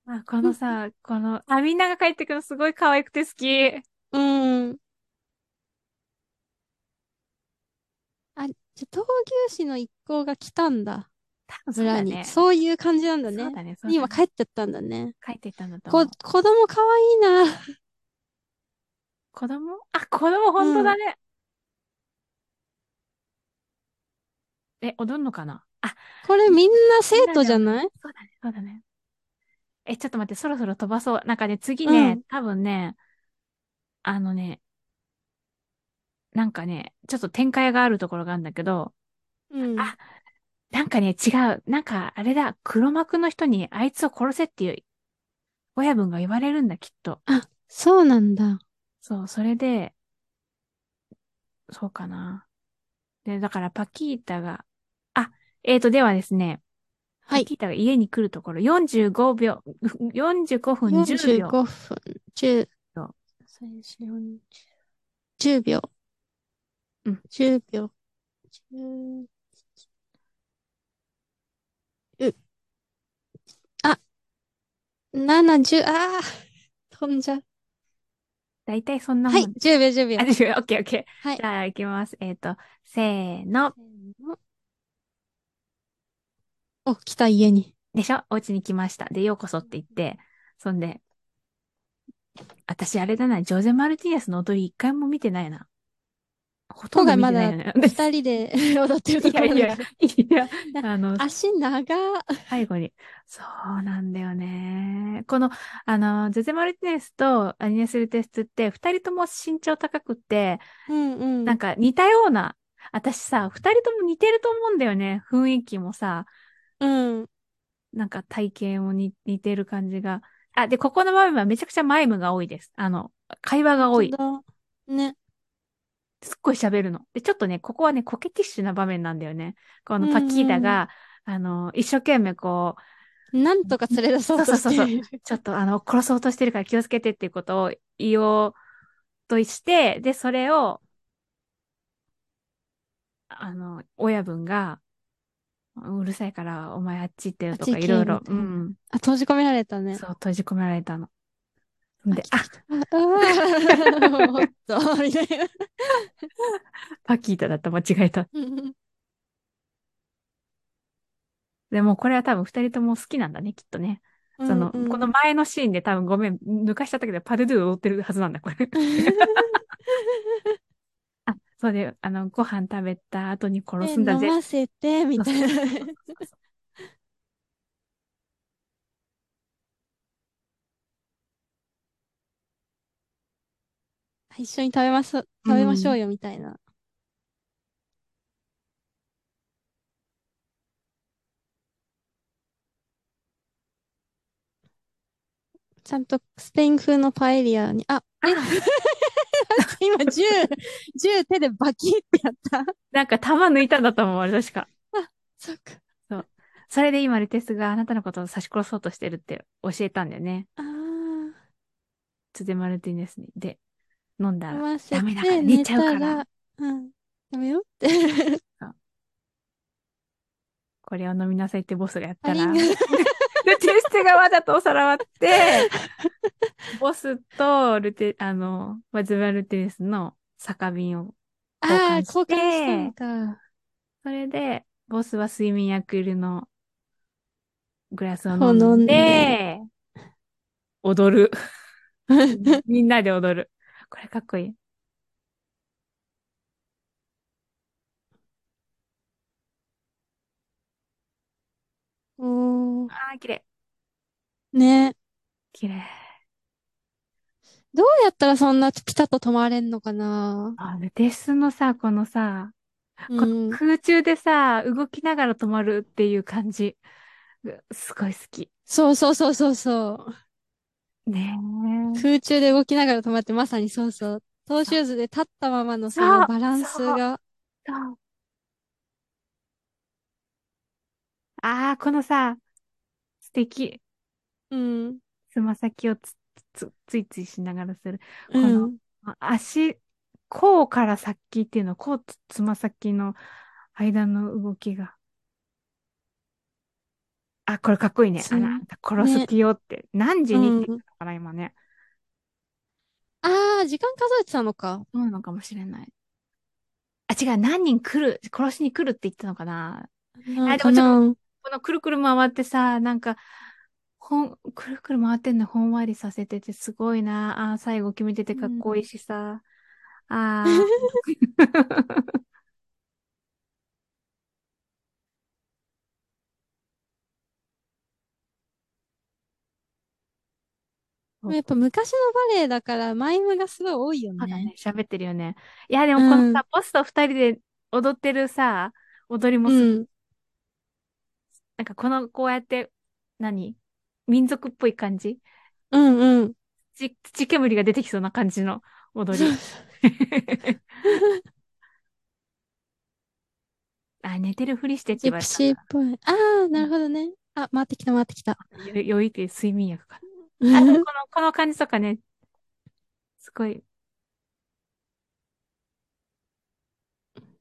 A: まあ、このさ、この、あ、みんなが帰ってくるのすごい可愛くて好き。
B: うん。あ、じゃ、闘牛士の一行が来たんだ。
A: 多分そう
B: 村
A: だ
B: に。
A: ね。
B: そういう感じなんだ
A: そ
B: ね
A: う。だね。そうだね
B: 今帰っちゃったんだね。
A: 帰っていったんだと思
B: こ、
A: う。
B: 子供かわいいな。
A: 子供あ、子供本当だね。え、踊んのかなあ、
B: これみんな生徒じゃない
A: そうだね、そうだね。え、ちょっと待って、そろそろ飛ばそう。なんかね、次ね、
B: うん
A: 多分ね、あのね、なんかね、ちょっと展開があるところがあるんだけど、
B: うん。
A: あなんかね、違う。なんか、あれだ、黒幕の人にあいつを殺せっていう、親分が言われるんだ、きっと。
B: そうなんだ。
A: そう、それで、そうかな。で、だから、パキータが、あ、えーと、ではですね、
B: は
A: パ
B: い。
A: キータが家に来るところ、45秒、45分10秒。
B: 45分、10
A: そう、
B: 40 10秒。
A: うん。
B: 10秒。10う。あ、7、10、あー、飛んじゃう。
A: だいたいそんなも
B: は
A: ん。
B: い、10秒、10秒。
A: あ、10秒、オッケーオッケ
B: は
A: ー。
B: い
A: じ。ゃあ、行きます。えーと、せーの、
B: お、来た家に。
A: でしょお家に来ました。で、ようこそって言って、そんで、私あれだな、ジョゼ・マルティネスの踊り一回も見てないな。ほとんど見てないよね。
B: 二人で 踊ってると
A: い
B: こ
A: や
B: ろ
A: いや、
B: だ
A: い
B: けど
A: や、 あの、
B: 足長っ。
A: 最後に。そうなんだよね。この、あの、ジョゼ・マルティネスとアニネス・ルテスって、二人とも身長高くって、
B: うんうん。
A: なんか似たような、私さ、二人とも似てると思うんだよね。雰囲気もさ。
B: うん。
A: なんか体型もに似てる感じが。あ、で、ここの場面はめちゃくちゃマイムが多いです。あの、会話が多い。
B: 本当だね。
A: すっごい喋るの。で、ちょっとね、ここはね、コケティッシュな場面なんだよね。この
B: うん
A: パキータが、あの、一生懸命こう、
B: なんとか連れ出そうとしてる。
A: ちょっとあの、殺そうとしてるから気をつけてっていうことを言おうとして、で、それを、あの、親分が、うるさいから、お前あっち行ってよとか、
B: あっ
A: い
B: ち行けよ
A: ろいろ、
B: みた
A: う、
B: いなん あ、閉じ込められたね。
A: そう、閉じ込められたの。で、あ、
B: ああー、おっと、みたい な。
A: パキータだった、間違えた。でもこれは多分二人とも好きなんだね、きっとね。その、
B: うんうん
A: この前のシーンで多分ごめん、抜かしちゃったけど、パルドゥを踊ってるはずなんだ、これ。あ、 そうで、あの、ご飯食べた後に殺すんだ
B: 飲
A: ぜ。
B: ませて、みたいな。一緒に食べます、食べましょうよ、みたいな。ちゃんとスペイン風のパエリアに、あ、
A: あ
B: 今銃、銃手でバキってやった。
A: なんか弾抜いたんだと思う、あれ確か。
B: そっか。
A: それで今、レテスがあなたのことを刺し殺そうとしてるって教えたんだよね。
B: あ
A: つでマルティネスに。で、飲んだ
B: あ、
A: ら
B: 飲。ませ
A: ダメだ
B: て
A: から寝ちゃうから
B: たら、うん、ダメよって。
A: これを飲みなさいってボスがやっ
B: あ
A: た
B: リン
A: ら、
B: グ
A: ルテステがわざとおさらわって、ボスとルテ、あの、まずはルテスの酒瓶を、
B: ああ、
A: 交
B: 交
A: 換して
B: 換したのか。
A: それで、ボスは睡眠薬入りのグラスを
B: を
A: 飲
B: 飲ん
A: ん
B: で
A: で、踊 る。みんなで踊る。これかっこいい。
B: おー
A: ああ、綺麗。
B: ね。
A: 綺麗。
B: どうやったらそんなピタッと止まれんのかな。
A: あ、ルテスのさ、このさ、
B: う
A: こ
B: ん。
A: 空中でさ、動きながら止まるっていう感じ。うすごい好き。
B: そうそうそうそうそう。
A: ねえ。
B: 空中で動きながら止まって、まさにそうそう。トーシューズで立ったままのそのバランスが。
A: そうああ、このさ、素敵。
B: うん。
A: つま先をつ、つ、ついついしながらする。
B: う
A: この
B: ん。
A: あ足、甲から先っていうの、甲とつま先の間の動きが。あ、これかっこいいね。
B: そ
A: あ
B: う
A: ら、あんた殺す気よって。何時に
B: うん
A: って言ったから今ね。
B: ああ、時間数えてたのか。
A: そうなのかもしれない。あ、違う。何人来る、殺しに来るって言ってたのかな。
B: なん
A: で
B: か
A: もちょ
B: な。
A: このくるくる回ってさ、なんか、ほん、くるくる回ってんのほんわりさせててすごいな。あー最後決めててかっこいいしさ。あ ー
B: やっぱ昔のバレエだから、マイムがすごい多いよ
A: まだ
B: ね。
A: ね、喋ってるよね。いや、でもこのさ、
B: うん
A: ボスと二人で踊ってるさ、踊りもす、
B: うん。
A: なんかこの、こうやって、何民族っぽい感じ
B: うんうん。
A: 土、土煙が出てきそうな感じの踊 り。あ、寝てるふりしてって
B: ジ
A: 言わ
B: プ
A: れた
B: シーっぽい。ああ、なるほどね。あ、回ってきた回ってきた。
A: よ。酔いって睡眠薬かな。あ、でもこの、この感じとかね、すごい。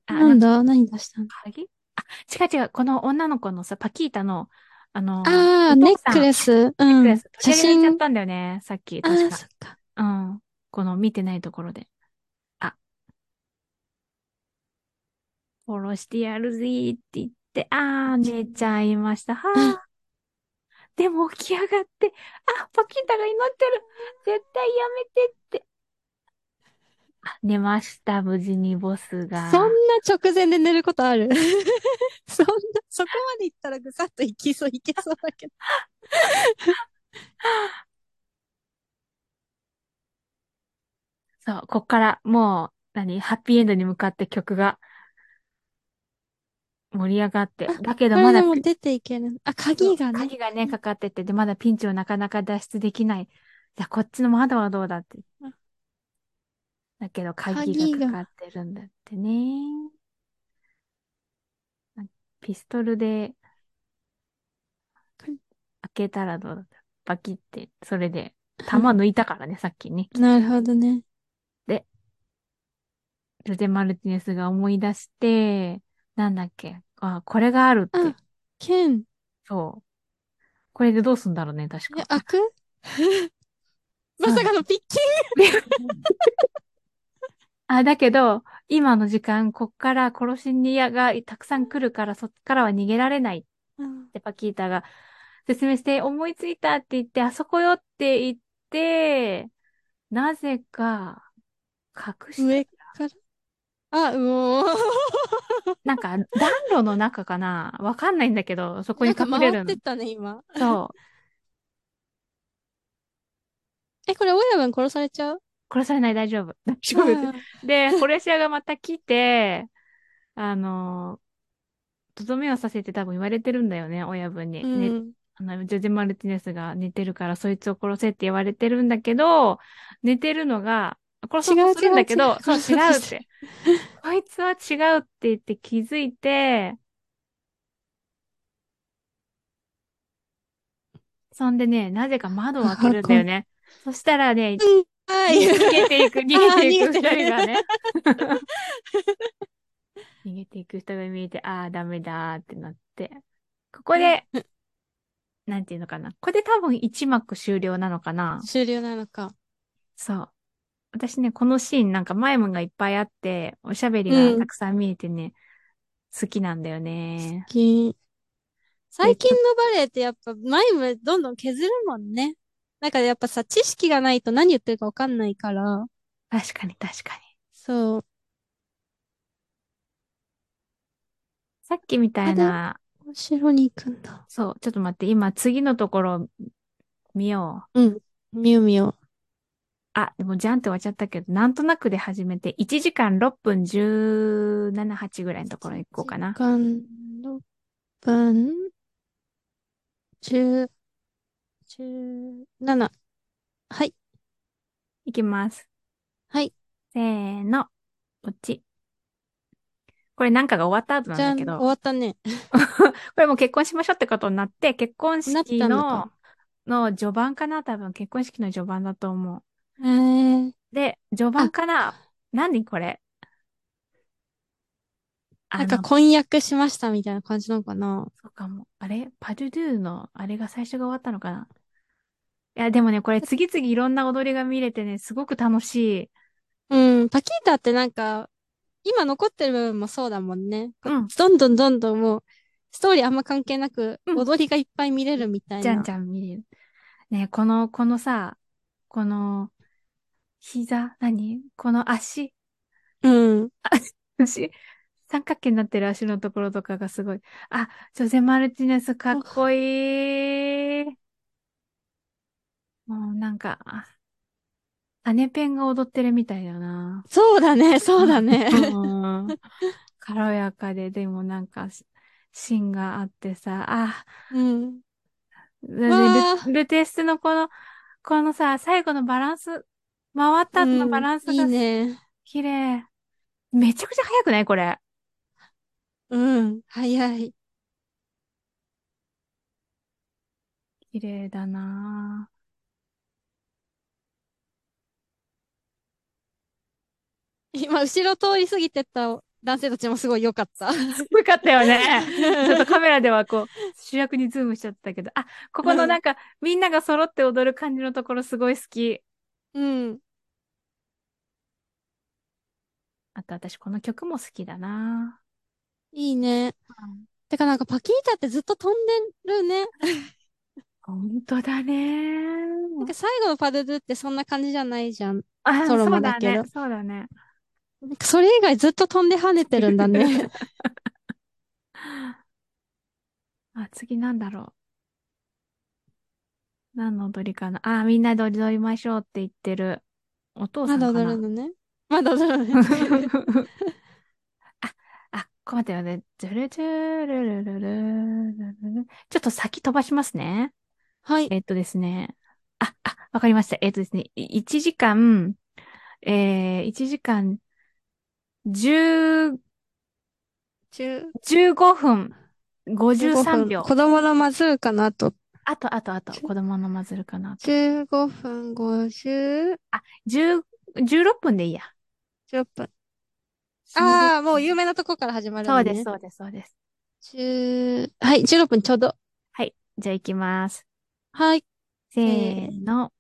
A: あ、
B: なん
A: か
B: だ何出したの
A: 鍵あ、違う違う。この女の子のさ、パキータの、あの、
B: ああ、
A: お
B: ネ
A: 父
B: ッ
A: さん
B: クレス。う
A: ネックレ
B: ん
A: ス。
B: 写
A: 取り上げられちゃっ
B: 真。あ
A: たんだよね、さっき、
B: あ
A: 確
B: ー、
A: か。
B: そっか。
A: うん。この見てないところで。あ。殺してやるぜーって言って、あー、寝ちゃいました。はー。でも起き上がって、あ、パキータが祈ってる。絶対やめてって。あ、寝ました。無事にボスが。
B: そんな直前で寝るこ とあるそんな、そこまで行ったらぐさっと行きそう、行けそうだけど。
A: そう、こっからもう、何、ハッピーエンドに向かって曲が盛り上がって。だけど
B: こ
A: ま
B: れ
A: だ
B: でも出ていける。あ、鍵がね。
A: 鍵がね、かかってて、で、まだピンチをなかなか脱出できない。じゃあ、こっちの窓はどうだって
B: うん。
A: だけど、鍵がかかってるんだってね。ピストルで、
B: か
A: 開けたらどうだったバキって、それで、弾抜いたから ね、さっきね。
B: なるほどね。
A: ルゼ・マルティネスが思い出して、なんだっけ、あ、これがあるって
B: あ。剣。
A: そう。これでどうすんだろうね、確
B: え、
A: か。
B: 開く まさかのピッキン
A: あ、だけど、今の時間、こっから殺しにやがたくさん来るから、そっからは逃げられないっ
B: うん
A: てパキータが説明して、思いついたって言って、あそこよって言って、なぜか、隠し
B: 上
A: て、
B: から。あ、もう。
A: なんか、暖炉の中かなわかんないんだけど、そこに
B: なんか
A: 隠れ
B: 回
A: る
B: っ
A: の
B: て。ったね、今。
A: そう。
B: え、これ親分殺されちゃう
A: 殺されない、大丈夫。大丈夫。
B: あー
A: で、コレシアがまた来て、あの、とどめをさせて多分言われてるんだよね、親分に。
B: う
A: ね
B: ん。
A: あの、ジョジェ・マルティネスが寝てるから、そいつを殺せって言われてるんだけど、寝てるのが、殺そうとするんだけ
B: 違う違う
A: ど、
B: 違う
A: そう、
B: 殺そう
A: 違
B: と
A: うっ
B: して
A: て。こいつは違うって言って気づいて、そんでね、なぜか窓を開けるんだよ ね。そしたらね、
B: は
A: 逃げてい く、逃げていく
B: あー逃げてる
A: 二人がね。 逃げていく人が見えて、ああ、ダメだーってなって。ここで、なんていうのかな。ここで多分一幕終了なのかな。
B: 終了なのか。
A: そう。私ね、このシーンなんかマイムがいっぱいあって、おしゃべり
B: う
A: が
B: ん
A: たくさん見えてね、好きなんだよね。
B: 最近のバレエってやっぱマイムどんどん削るもんね。なんかやっぱさ、知識がないと何言ってるかわかんないから、
A: 確かに確かに。
B: そう。
A: さっきみたいな、
B: お城に行くんだ。
A: そう、ちょっと待って、今次のところ見よう。
B: うん。みよみよ。
A: あ、でもじゃんって終わっちゃったけど、なんとなくで始めて、1時間6分17、8ぐらいのところ行こうかな
B: 時。間6分、10、17。はい。
A: いきます。
B: はい。
A: せーの。こっち。これなんかが終わった後なん
B: じゃ
A: だ
B: ん、
A: け
B: 終
A: ど、
B: わったね。
A: これもう結婚しましょうってことになって、結婚
B: なった
A: 式
B: の
A: の
B: か、
A: の序盤かな多分結婚式の序盤だと思
B: えー、
A: う。で、序盤かな何これあ
B: なんか
A: の
B: 婚約しましたみたいな感じなのかな。
A: そうかも。あれパドゥドゥの、あれが最初が終わったのかないや、でもね、これ 次々いろんな踊りが見れてね、すごく楽しい。
B: うん、パキータってなんか、今残ってる部分もそうだもんね。
A: うん
B: どんどんどんどんもう、ストーリーあんま関係なく、
A: うん
B: 踊りがいっぱい見れるみたい
A: じゃん
B: な。
A: じゃん見れる。ね、この、このさ、この、膝、何この足、
B: うん。
A: 足、三角形になってる足のところとかがすごい。あ、ジョゼ・マルティネスかっこいい。もうなんか、あ姉ペンが踊ってるみたいだな。
B: そうだね、そうだね。
A: うん 軽やかで、でもなんかし、芯があってさ、あ、
B: うん。
A: で
B: わあ
A: ル、ルテスのこの、このさ、最後のバランス、回った後のバランス
B: うんいい
A: が
B: ね。
A: 綺麗。めちゃくちゃ速くないこれ。
B: うん。早い。
A: 綺麗だなぁ
B: 今、後ろ通り過ぎてった男性たちもすごい良 かった。
A: すごかったよね。 ちょっとカメラではこう、主役にズームしちゃったけど、あ、ここのなんか、みんなが揃って踊る感じのところすごい好き。
B: うん。
A: あと私この曲も好きだない
B: いね。
A: ぁ
B: てかなんかパキータってずっと飛んでるね。
A: 本当だね。
B: なんか最後のパドゥドゥってそんな感じじゃないじゃん。
A: あ、
B: ソロ
A: そう
B: モ
A: だ
B: だけ
A: ね
B: ど。
A: そうだね。
B: なんかそれ以外ずっと飛んで跳ねてるんだね。
A: あ、次なんだろう。何の踊りかな。あ、みんなで踊りましょうって言ってる。お父さ
B: ま
A: ん
B: だ
A: か
B: 踊
A: な
B: る。のね。まだ踊るのね。
A: あ、あ、こう待ってよね。ジュルジュルルルルルルルちょっと先飛ばしますね。
B: はい。
A: えっとですね。あ、あ、わかりました。えっとですね。い1時間、えー、1時間10、
B: 中
A: 15分53
B: 15
A: 秒
B: 分。。子供のまずうかなと。
A: あと、あと、あと、子供のまずるかな。
B: 15分50、
A: 10 16分でいいや。
B: 10分。ああ、もう有名なとこから始まる
A: そう
B: の
A: です、
B: ね。
A: そうです、そうです。
B: 10はい、16分ちょうど。
A: じゃあ行きます。
B: はい。
A: せーの。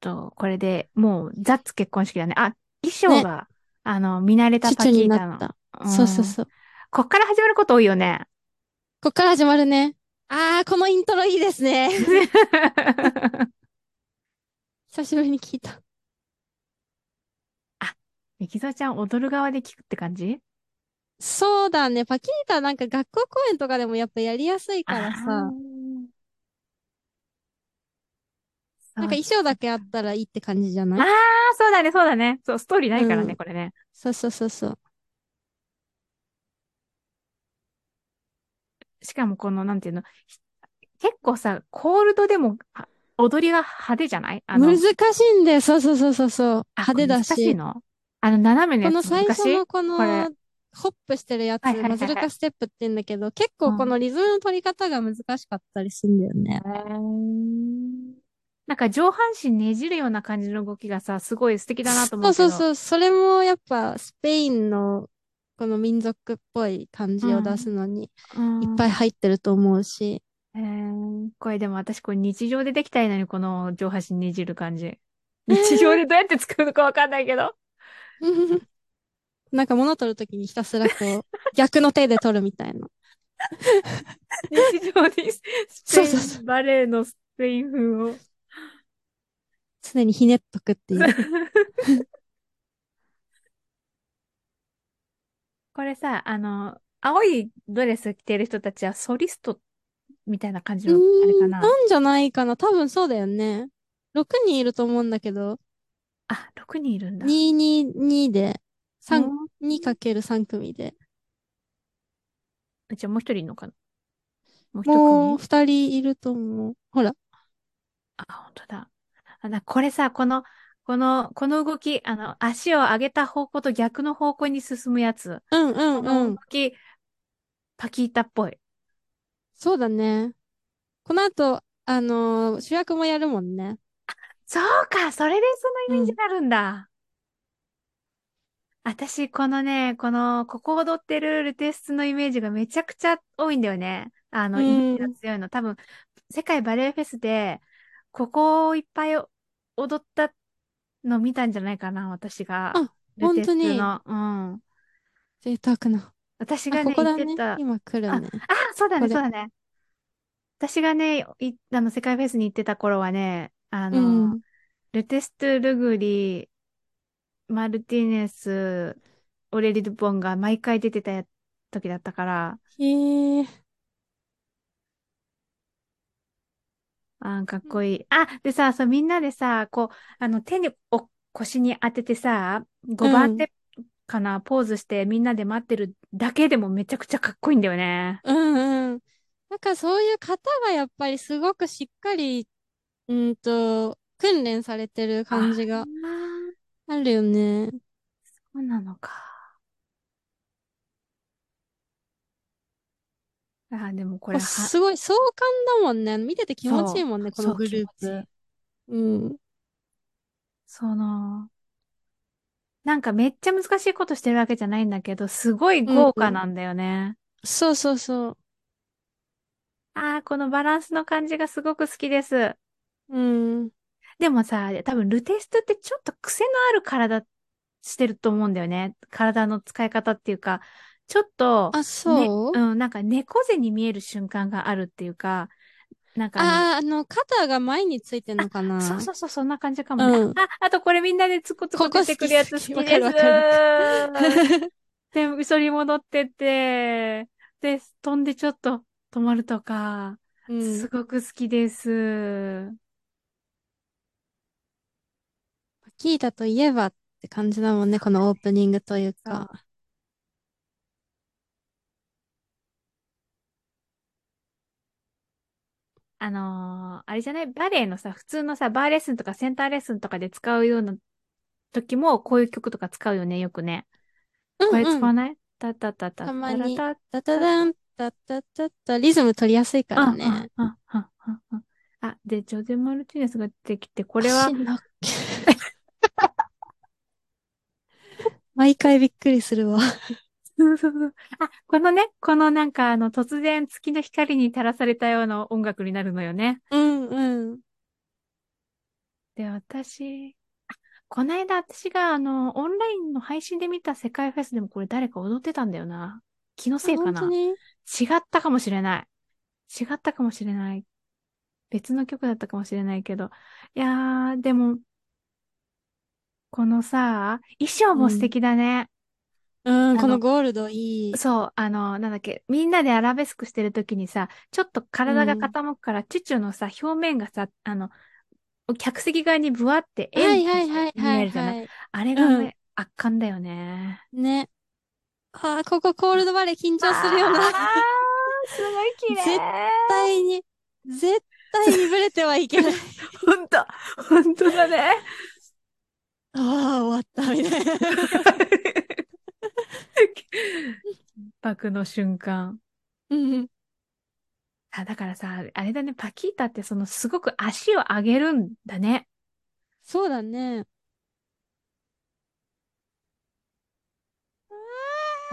A: と、これでもう、ザッツ結婚式だね。あ、衣装が、あの、見慣れた
B: チ
A: パ
B: ュチュ
A: キー
B: にな
A: タ
B: っ
A: の。
B: た。そうそうそう。
A: うん。こっから始まること多いよ ね。
B: こっから始まるね。ああ、このイントロいいです ね。久しぶりに聞いた。
A: ミキゾちゃん踊る側で聞くって感じ
B: そうだね。パキータなんか学校公演とかでもやっぱやりやすいからさ。
A: あー
B: なんか衣装だけあったらいいって感じじゃ
A: あ
B: ない
A: あ、そうだね、そうだね。そう、ストーリーないからね、
B: うん
A: これね。
B: そうそうそうそう。
A: しかもこの、なんていうの、ひ結構さ、コールドでもあ踊りが派手じゃないあの、
B: 難しいんだよ。そうそうそうそうそう。
A: あ
B: 派手だ
A: 難しい
B: し。
A: のあの、斜め
B: こ
A: のや
B: の
A: つ
B: 最
A: 難し
B: 初
A: い
B: のこの
A: これ、
B: ホップしてるやつ、
A: はいはいはいは
B: マ
A: い
B: ズルカステップって言うんだけど、結構このリズムの取り方が難しかったりするんだよね。
A: なんか上半身ねじるような感じの動きがさ、すごい素敵だなと思うけ
B: そう
A: ど。
B: そうそう。それもやっぱスペインのこの民族っぽい感じを出すのに
A: うん
B: いっぱい入ってると思うし。
A: えー、これでも私これ日常でできたいのにこの上半身ねじる感じ。
B: えー
A: 日常でどうやって作るのかわかんないけ ど。
B: なんか物取るときにひたすらこう逆の手で取るみたいな。
A: 日常にス
B: そう
A: ペ
B: そうそ
A: インバレエのスペイン風を。
B: 常にひねっとくっていう。
A: これさ、あの、青いドレス着てる人たちはソリストみたいな感じのあれかな
B: うーん。なんじゃないかな。多分そうだよね。6人いると思うんだけど、
A: あ、6人いるんだ。
B: 222で、3
A: うん
B: 2×3 組で。
A: じゃあもう一人いるのかなもう一
B: もう
A: 組
B: 2人いると思う。ほら。
A: あ、本当だ。あ、な、これさ、この、この、この動き、あの、足を上げた方向と逆の方向に進むやつ。
B: うんうん
A: この
B: うん
A: 動。き、パキータっぽい。
B: そうだね。この後、あのー主役もやるもんね。
A: そうか、それでそのイメージになるんだ。私、このね、この、ここ踊ってるルテスのイメージがめちゃくちゃ多いんだよね。あの、
B: うん
A: イメージが強いの。多分、世界バレエフェスで、ここをいっぱい踊ったの見たんじゃないかな、私が。
B: あ
A: ルテス
B: 本当に
A: の。うん。
B: 贅沢な。
A: 私
B: あ、
A: が
B: こ
A: ね、言
B: こだ
A: って
B: ね。
A: た。
B: 今来るね。
A: あ、そうだね、
B: こ
A: そ
B: れ
A: うだね。私がね、い、あの、世界フェスに行ってた頃はね、あ
B: う
A: の、
B: ん。
A: ルテストゥ・ルグリ、マルティネス、オレリ・ドゥポンが毎回出てたや時だったから、
B: へえ。
A: あーかっこいい。あ、でさ、そう、みんなでさ、こう、あの、手に、お、腰に当ててさ、5番手かな、ポーズしてみんなで待ってるだけでもめちゃくちゃかっこいいんだよね。
B: うんうん。なんかそういう方がやっぱりすごくしっかり、うんと、訓練されてる感じ
A: あ
B: が
A: ー
B: あるよね。
A: そうなのか。あー、でもこれは、
B: すごい壮観だもんね。見てて気持ちいいもんね、こ
A: そう
B: のグルー
A: 気持ちい
B: プ
A: い。
B: うん。
A: その、なんかめっちゃ難しいことしてるわけじゃないんだけど、すごい豪華なんだよね。
B: そうそうそう。
A: ああ、このバランスの感じがすごく好きです。
B: うん。
A: でもさ、多分ルテストってちょっと癖のある体してると思うんだよね。体の使い方っていうか、ちょっと、
B: あ、
A: ね、
B: そう
A: うん、なんか猫背に見える瞬間があるっていうか、なんかね、
B: あー、あの、肩が前についてんのかな
A: そうそうそう、そんな感じかもね。
B: うん
A: あ、あとこれみんなでツコツコ
B: ここ
A: 出てくるやつ
B: 好
A: 好
B: き
A: き
B: 好き
A: で
B: わかるわ
A: す。で、後ろに戻ってって、で、飛んでちょっと止まるとか、
B: うん
A: すごく好きです。
B: パキータといえばって感じだもんね、このオープニングというか。
A: あのーあれじゃないバレエのさ、普通のさ、バーレッスンとかセンターレッスンとかで使うような時も、こういう曲とか使うよね、よくね。これ使
B: うんう
A: わ
B: ん。
A: ないタッタッタッタッ
B: たまに
A: タラタッ
B: ダダダン、ダダダダ、リズム取りやすいから
A: うんうん
B: ね。
A: うんうんうんうんあ、で、ジョゼ・マルティネスが出てきて、これは
B: 足、の毎回びっくりするわ。
A: そうそうそう。 あ、このね、このなんかあの突然月の光に照らされたような音楽になるのよね。
B: うんうん。
A: で、私、あこの間私があの、オンラインの配信で見た世界フェスでもこれ誰か踊ってたんだよな。気のせいか
B: 本
A: な
B: 当に
A: 違ったかもしれない。違ったかもしれない。別の曲だったかもしれないけど。いやー、でも、このさ、衣装も素敵だね。
B: うん、こ
A: あの
B: のゴールドいい。
A: そう、あの、なんだっけ、みんなでアラベスクしてるときにさ、ちょっと体が傾くから、チュチュのさ、表面がさ、あの、客席側にブワって
B: は
A: 円
B: い
A: に
B: はいはい
A: 見
B: は
A: え
B: い
A: るじゃない。
B: はい。
A: あれが
B: う
A: ね、圧巻だよね。
B: ね。ああ、ここコールドバレー緊張するよ
A: あ
B: な。
A: ーすごい綺麗。
B: 絶対に、絶対にブレてはいけない。
A: ほんと、ほんとだね。
B: ああ、終わった、みたいな。
A: 爆の瞬間。
B: うんうん。
A: あ、だからさ、あれだね、パキータってそのすごく足を上げるんだね。
B: そうだね。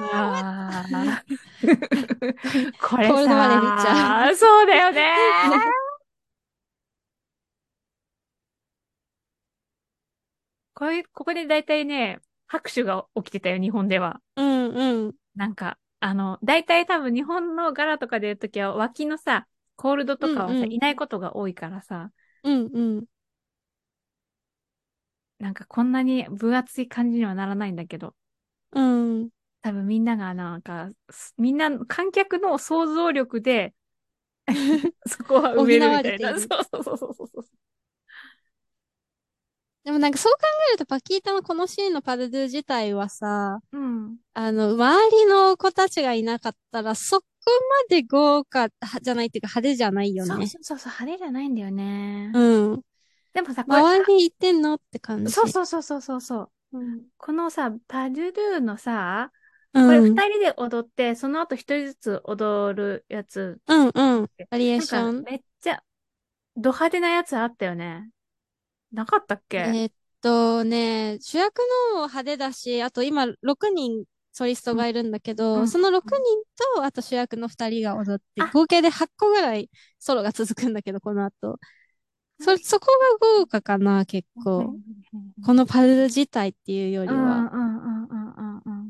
A: あ あ。これ
B: コールドバレー出ち
A: さ
B: ゃ、
A: そうだよね。こういう、ここで大体ね、拍手が起きてたよ、日本では。
B: うんうん。
A: なんか、あの、大体多分日本の柄とかで言うときは脇のさ、コールドとかはさ、
B: うんうん
A: いないことが多いからさ、
B: うんうん。
A: なんかこんなに分厚い感じにはならないんだけど、
B: うん。
A: 多分みんながなんか、すみんな、観客の想像力 で、そこは埋めるみたいな。
B: 補われている
A: そうそうそうそうそう。
B: でもなんかそう考えるとパキータのこのシーンのパルドゥ自体はさ、
A: うん。
B: あの、周りの子たちがいなかったらそこまで豪華はじゃないっていうか派手じゃないよ
A: そう
B: ね。
A: そうそうそう、派手じゃないんだよね。
B: うん。
A: でもさ、これ、
B: 周りにいてんのって感じ。
A: そうそうそうそうそうそう。
B: うん。
A: このさ、パドゥドゥのさ、
B: う
A: これ
B: ん。
A: 二人で踊って、その後一人ずつ踊るやつ。
B: うんうん。バリエー
A: なん
B: ショ
A: か
B: ン。
A: めっちゃ、ド派手なやつあったよね。なかったっけ、
B: えーっとね、主役の派手だし、あと今6人ソリストがいるんだけ
A: うんう
B: ど、
A: ん
B: その6人とあと主役の2人が踊って
A: あ、
B: 合計で8個ぐらいソロが続くんだけど、この後。そ、そこが豪華かな、結構。このパズル自体っていうより
A: うん
B: は。
A: うんうんうんうん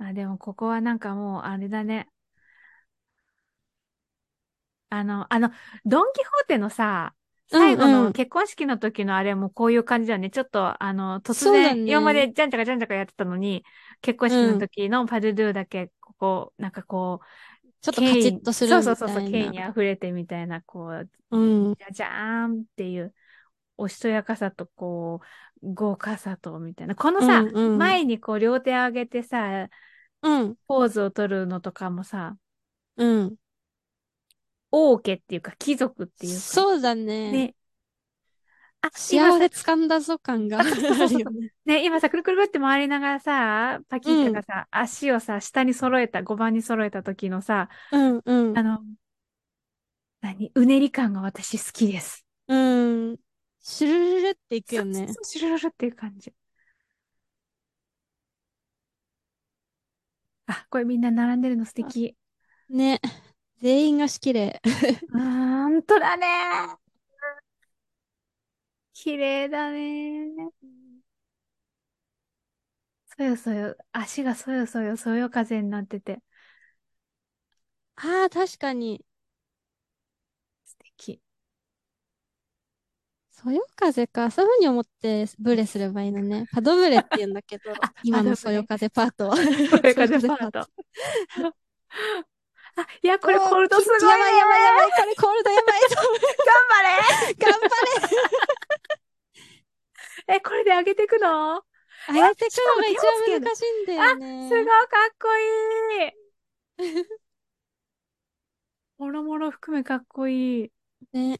A: うん。あ、でもここはなんかもうあれだね。あの、あの、ドン・キホーテのさ、最後
B: うんう
A: の
B: ん
A: 結婚式の時のあれもこういう感じだね。ちょっと、あの、突
B: そうだ
A: 然、
B: ね
A: 今までじゃんじゃかじゃんじゃかやってたのに、結婚式の時のパルドゥだけ、ここ、なんかこう、
B: ちょっと
A: 敬
B: カ
A: 意
B: チッとする
A: そう
B: み
A: そうそうそう、
B: たい
A: 敬意
B: な。
A: に溢れてみたいな、こう、
B: うん。
A: じゃじゃーんっていう、おしとやかさと、こう、豪華さと、みたいな。このさ、
B: うんうん
A: 前にこう、両手上げてさ、
B: うん。
A: ポーズを取るのとかもさ、
B: うん。
A: 王家っていうか、貴族っていうか。
B: そうだね。
A: ね。あ、
B: 幸
A: 今
B: せ
A: さ、
B: 掴んだぞ感があ
A: そうそうそうそう
B: るよね。
A: ね、今さ、くるくるくるって回りながらさ、パキータがさ、足をさ、下に揃えた、5番に揃えた時のさ、
B: うんうん
A: あ。の、何うねり感が私好きです。
B: うん。シュルルルっていくよね
A: そう。そうシュルルルっていう感じ。あ、これみんな並んでるの素敵。
B: ね。全員がしきれい。
A: あー、ほんとだね。綺麗だね。そよそよ、足がそよそよ、そよ風になってて、
B: ああ、確かに。
A: 素敵。
B: そよ風か。そういうふうに思ってブレすればいいのね。パドブレって言うんだ けど、今のそよ風パートは。
A: そよ風パート。あ、いや、これコールドすごいね。
B: やばいやばいやばい。これコールドやば い。頑張れ
A: 頑張れえ、これで上げてくの
B: 頑張れ上げてくのが
A: えしかも手をつけ
B: 一
A: る
B: 番難しいんだ
A: あ
B: よ、
A: す
B: ね。
A: ごいかっこいい。 もろもろ含めかっこいい。
B: ね。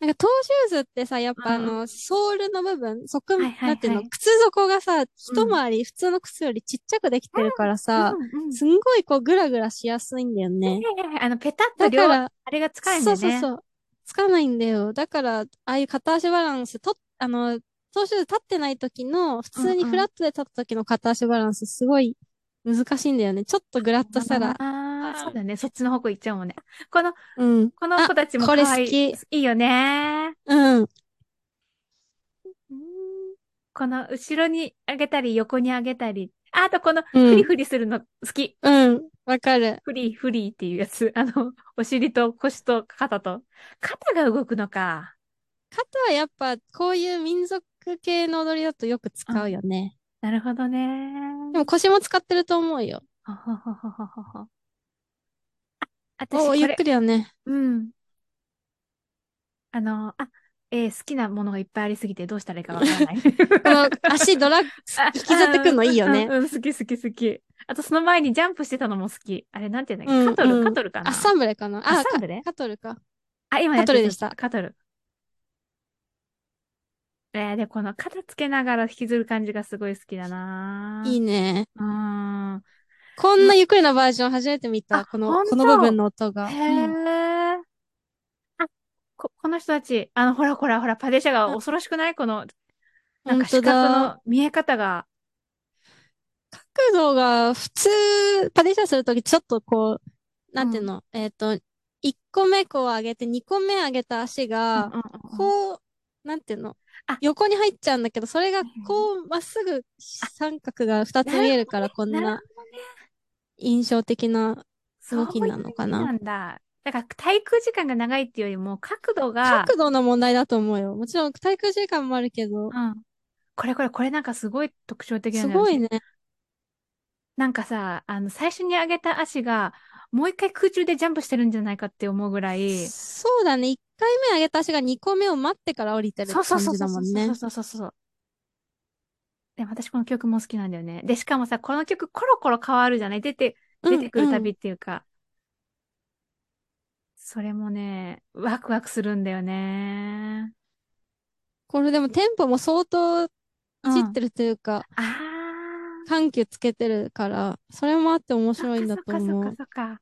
B: なんか、トーシューズってさ、やっぱあ
A: うんうん
B: の、ソールの部分、そこ、
A: はいはい
B: なんていうの、
A: はい
B: 靴底がさ、一回り、普通の靴よりちっちゃくできてるからさ、
A: うんうん
B: すんごいこう、グラグラしやすいんだよ
A: は
B: ね
A: い。はいはいあの、ペタッと
B: だ
A: 両、
B: か
A: あ
B: ら、
A: れが使えるんだ
B: そう
A: よ
B: そう
A: ね。
B: そう。つかないんだよ。だから、ああいう片足バランス、と、あの、トーシューズ立ってない時の、普通にフラットで立った時の片足バランス、すごい難しいんだよね。ちょっとグラッとしたら、
A: ああ、そうだね。そっちの方向行っちゃうもんね。この、
B: うん、
A: この
B: あ
A: 子たちも
B: これ
A: 可愛い。
B: 好
A: いいよね。
B: うん、
A: この、後ろに上げたり、横に上げたり。ああと、この、
B: うん
A: フリフリするの好き。
B: うん、わかる。
A: フリー、フリーっていうやつ。 あの、お尻と腰と肩と。肩が動くのか。
B: 肩はやっぱこういう民族系の踊りだとよく使うよね。
A: なるほどね。
B: でも腰も使ってると思うよ。
A: ほほほほほほほ。あ、私
B: お
A: こ
B: お、
A: れ、
B: ゆっくりよね。
A: うん。あの、あ、えー好きなものがいっぱいありすぎて どうしたらいいかわからない。
B: この足ドラッグ、引きずってくのいいよ
A: うん
B: ね。
A: うん、うん好き好き好き。あとその前にジャンプしてたのも好き。あれなんていうんだっけ、
B: うん
A: カトル、
B: うん
A: カトルかな
B: あ、サンブレかな
A: あ
B: あ、
A: サンブレ
B: カカトルか。
A: あ、今やって
B: カトルでした
A: カトル。えー、で、この肩つけながら引きずる感じがすごい好きだない
B: い
A: い
B: ね。
A: うーん。
B: こんなゆっくりなバージョン初めて見
A: あ
B: た。この
A: 本、当
B: この部分の音が。
A: へ
B: うん
A: ー。あ、こ、この人たち、あの、ほらほらほら、パデシャが恐ろしくないこの、なんか
B: 本当
A: 四
B: だ。
A: 角の見え方が。
B: 角度が普通、パディシャするときちょっとこう、なんていう
A: うん
B: の、えっと、1個目こう上げて、2個目上げた足
A: うんう
B: が、
A: んうんうん。
B: こう、なんていうの、
A: あ
B: 横に入っちゃうんだけど、それが
A: はいはい
B: こう、まっすぐ三角が2つ見えるから、こん
A: なる
B: な印象的な
A: そう
B: 動
A: いう
B: きなのか
A: 意味
B: な。
A: なんだ。だから、滞空時間が長いっていうよりも、角度が、
B: 角度の問題だと思うよ。もちろん、滞空時間もあるけど、
A: うん。これこれ、これなんかすごい特徴的な
B: す
A: んだよ
B: ごい
A: ね。
B: ね。
A: なんかさ、あの、最初に上げた足が、もう一回空中でジャンプしてるんじゃないかって思うぐらい、
B: そうだね。1回目上げた足が2個目を待ってから降りてる
A: そうそう
B: 感
A: そう
B: じ
A: そ
B: だ
A: うそ
B: も
A: うんそ
B: ね
A: う。そうそうそう。でも私この曲も好きなんだよね。で、しかもさ、この曲コロコロ変わるじゃない出て、出
B: うん
A: てくる
B: う
A: た
B: ん
A: びっていうか、それもね、ワクワクするんだよね。
B: これでもテンポも相当いじ
A: う
B: っ
A: ん。
B: てるというか、
A: あー。
B: 緩急つけてるから、それもあって面
A: そっ
B: 白いん
A: か
B: だ
A: そっ
B: と
A: かそっ
B: 思
A: か
B: う。
A: そっか。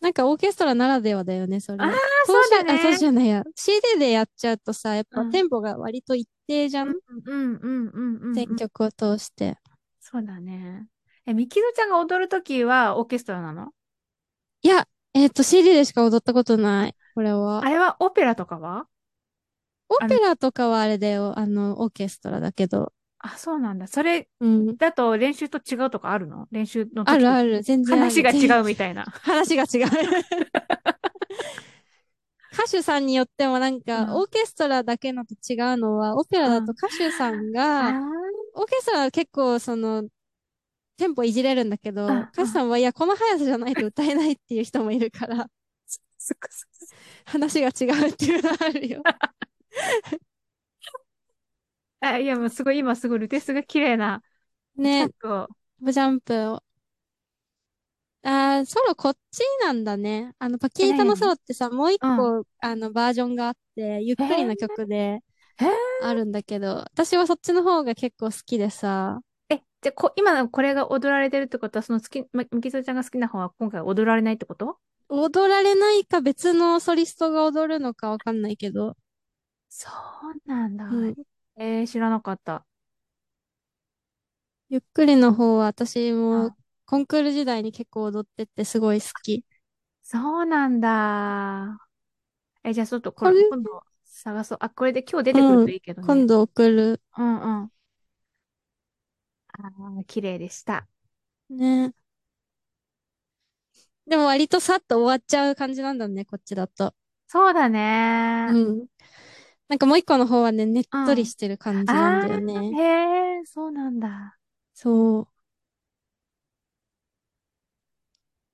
B: なんかオーケストラならではだよね、そ
A: あー、
B: れ。当
A: そう
B: 時、
A: だ
B: あ、当時
A: ね。
B: じゃないや。CD でやっちゃうとさ、やっ
A: う
B: ぱ
A: ん。
B: テンポが割と一定じゃ
A: うんんうんうんうんうん
B: 全
A: うん。
B: 曲を通して。
A: そうだね。え、みきぞちゃんが踊るときはオーケストラなの
B: いや、えっと CD でしか踊ったことない。これは。
A: あれはオペラとかは
B: オ
A: あ
B: ペ
A: の、
B: ラとかはあれだよ。あの、オーケストラだけど。
A: あ、そうなんだ。それ
B: うん。
A: だと練習と違うとかあるの練習の
B: あ
A: 時
B: る
A: と
B: ある。全然あ
A: 話
B: る。
A: が
B: 全
A: 違うみたいな。
B: 話が違う。歌手さんによってもなん
A: う
B: か、
A: ん。
B: オーケストラだけのと違うのは、オペラ
A: う
B: だと
A: ん。
B: 歌手さん
A: あ
B: が、
A: ー
B: オーケストラは結構その、テンポいじれるんだけ
A: う
B: ど、
A: ん
B: 歌手
A: うん。
B: さんはいや、この速さじゃないと歌えないっていう人もいるから、
A: そっかそっかそっか
B: 話が違うっていうのはあ るよ。
A: あ、いや、もうすごい、今すごい、ルテスが綺麗なジャ
B: ね、
A: ンプを。
B: ジャンプを。あー、ソロこっちなんだね。あの、パ
A: え
B: キータのソロってさ、もう一
A: うん。
B: 個、あの、バージョンがあって、ゆ
A: へ
B: っくり
A: え、
B: な曲で
A: へえ。
B: あるんだけど、私はそっちの方が結構好きでさ、
A: え、じゃあ、こ、今のこれが踊られてるってことは、その好き、まみきぞちゃんが好きな方は今回踊られないってこと
B: 踊られないか別のソリストが踊るのかわかんないけど、
A: そうなんだ。
B: うん。
A: えー、知らなかった。
B: ゆっくりの方は私
A: う
B: も
A: ん。
B: コンクール時代に結構踊っててすごい好き。
A: そうなんだ。え、じゃあちょっとこ
B: こ
A: れ、
B: れ、
A: 今度探そう。あ、これで今日出てくる
B: う
A: と
B: ん。
A: いいけど
B: 今
A: ね。
B: 度送る。
A: うんうん。あー、綺麗でした。
B: ね。でも割とさっと終わっちゃう感じなんだね、こっちだと。
A: そうだね。
B: うん。なんかもう一個の方はね、ねっ
A: う
B: とり
A: ん。
B: してる感じなん
A: あ
B: だよね。
A: ー、へえ、そうなんだ。
B: そう。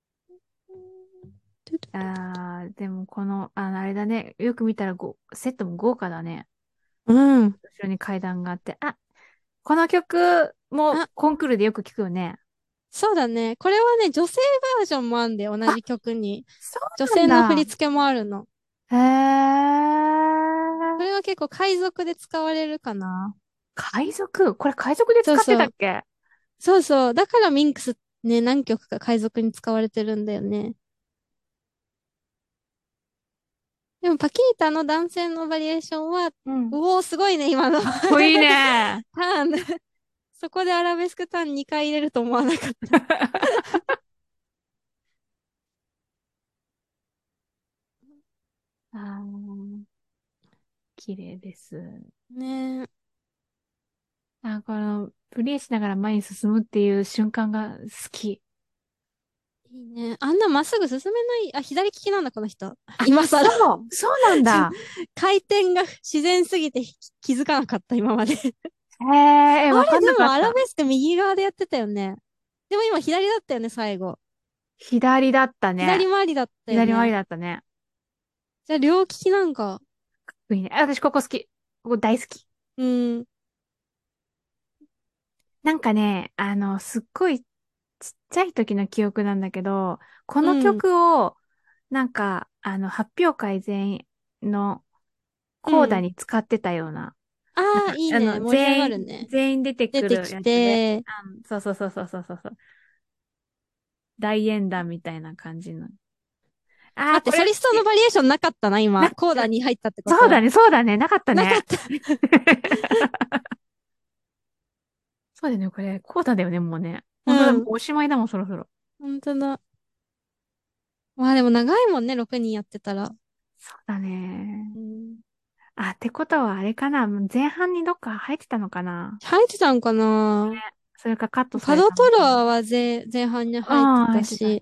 B: トゥトゥトゥトゥト
A: あー、でもこの、あの、あれだね。よく見たらご、セットも豪華だね。
B: ゥうん。
A: 後ろに階段があって。あ、この曲も
B: あ、
A: コンクールでよく聞くよね。
B: そうだね。これはね、女性バージョンもあんで、同
A: あ、
B: じ曲に。
A: そ
B: 女
A: う
B: 性の振
A: な
B: り
A: ん
B: 付けもあるの。
A: だ。へ
B: こ
A: え。
B: れは結構海賊で使われるかな。
A: 海賊これ海賊で
B: そう
A: 使って
B: そ
A: たっ
B: う。
A: け
B: そうそう。だからミンクスね、何曲か海賊に使われてるんだよね。でもパキータの男性のバリエーションは、う
A: うん。
B: おー、すごいね、今の。
A: かっこいい ね。
B: ターン。そこでアラベスクターン2回入れると思わなかった。
A: あー、綺麗です。
B: ねえ。
A: あ、この、プレイしながら前に進むっていう瞬間が好き。
B: いいね。あんなまっすぐ進めない。あ、左利きなんだ、この人。
A: あ、
B: 今更。
A: そう、そうなん
B: ちょ
A: だ。
B: 回転が自然すぎてひ気づかなかった、今 まで。
A: へえ、え
B: あ
A: わ
B: れ、
A: かんな
B: で
A: か
B: も
A: っ
B: アラ
A: た。
B: ベスク右側でやってたよね。でも今左だったよね、最後。
A: 左だったね。
B: 左回りだったよ
A: 左回り
B: ね。
A: だったね。
B: じゃあ両利きなんか。
A: いいね。あ私ここ好き。ここ大好き。
B: うん。
A: なんかね、あの、すっごいちっちゃい時の記憶なんだけど、こ
B: う
A: の
B: ん
A: 曲を、なんか、あの、発表会全員のコーダに使ってたような、
B: ああ、いい
A: あ
B: ね。
A: の、
B: 盛り上
A: 全
B: がる
A: 員、
B: ね。
A: 全員出てく
B: 出
A: る
B: て
A: やつ
B: き
A: で、
B: て、
A: うんそうそうそうそうそうそうそう。大演談みたいな感じの。あ
B: 待
A: あ、
B: って、
A: こ
B: ソ
A: れ、
B: リストのバリエーションなかったな、
A: な
B: 今。
A: かった
B: コーダに入ったってこと
A: そうだ
B: ね。
A: ね、そうだね、なかった
B: なか
A: ね
B: っ。た。
A: そうだよね、これ、こうだよね、もうね。
B: う
A: 本当
B: ん
A: だ、もうおしまいだもん、そろそろ。
B: 本当だ。まあでも長いもんね、6人やってたら。
A: そうだね。
B: うん
A: あ、ってことは、あれかな、前半にどっか入ってたのかな。
B: 入ってたんかな
A: それかカットさ
B: パ
A: れ
B: ド
A: た
B: ト
A: のか
B: ロ
A: な
B: ワは前、前半に入って
A: うん入
B: た
A: ってたね
B: し、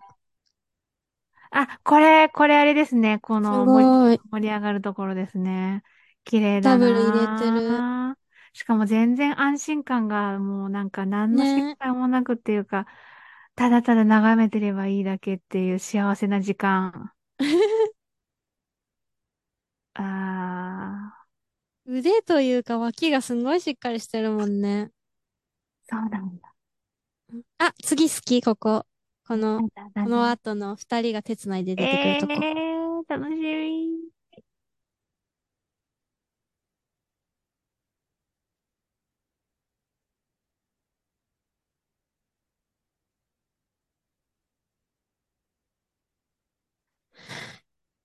A: あ、これ、これあれですね。こ
B: す
A: の盛り
B: ごい。
A: 盛り上がるところですね。綺麗だ
B: ダブル入れてる。
A: なあしかも全然安心感がもうなんか何の心
B: ね。
A: 配もなくっていうか、ただただ眺めてればいいだけっていう幸せな時 間。ああ、
B: 腕というか脇がすごいしっかりしてるもんね。
A: そうなんだ。
B: あ、次好き、ここ。こ
A: な
B: の、
A: んだ、な
B: こ
A: ん
B: の
A: だ。
B: 後の二人が手つないで出てくる
A: え
B: とこ。
A: ー、楽しみ。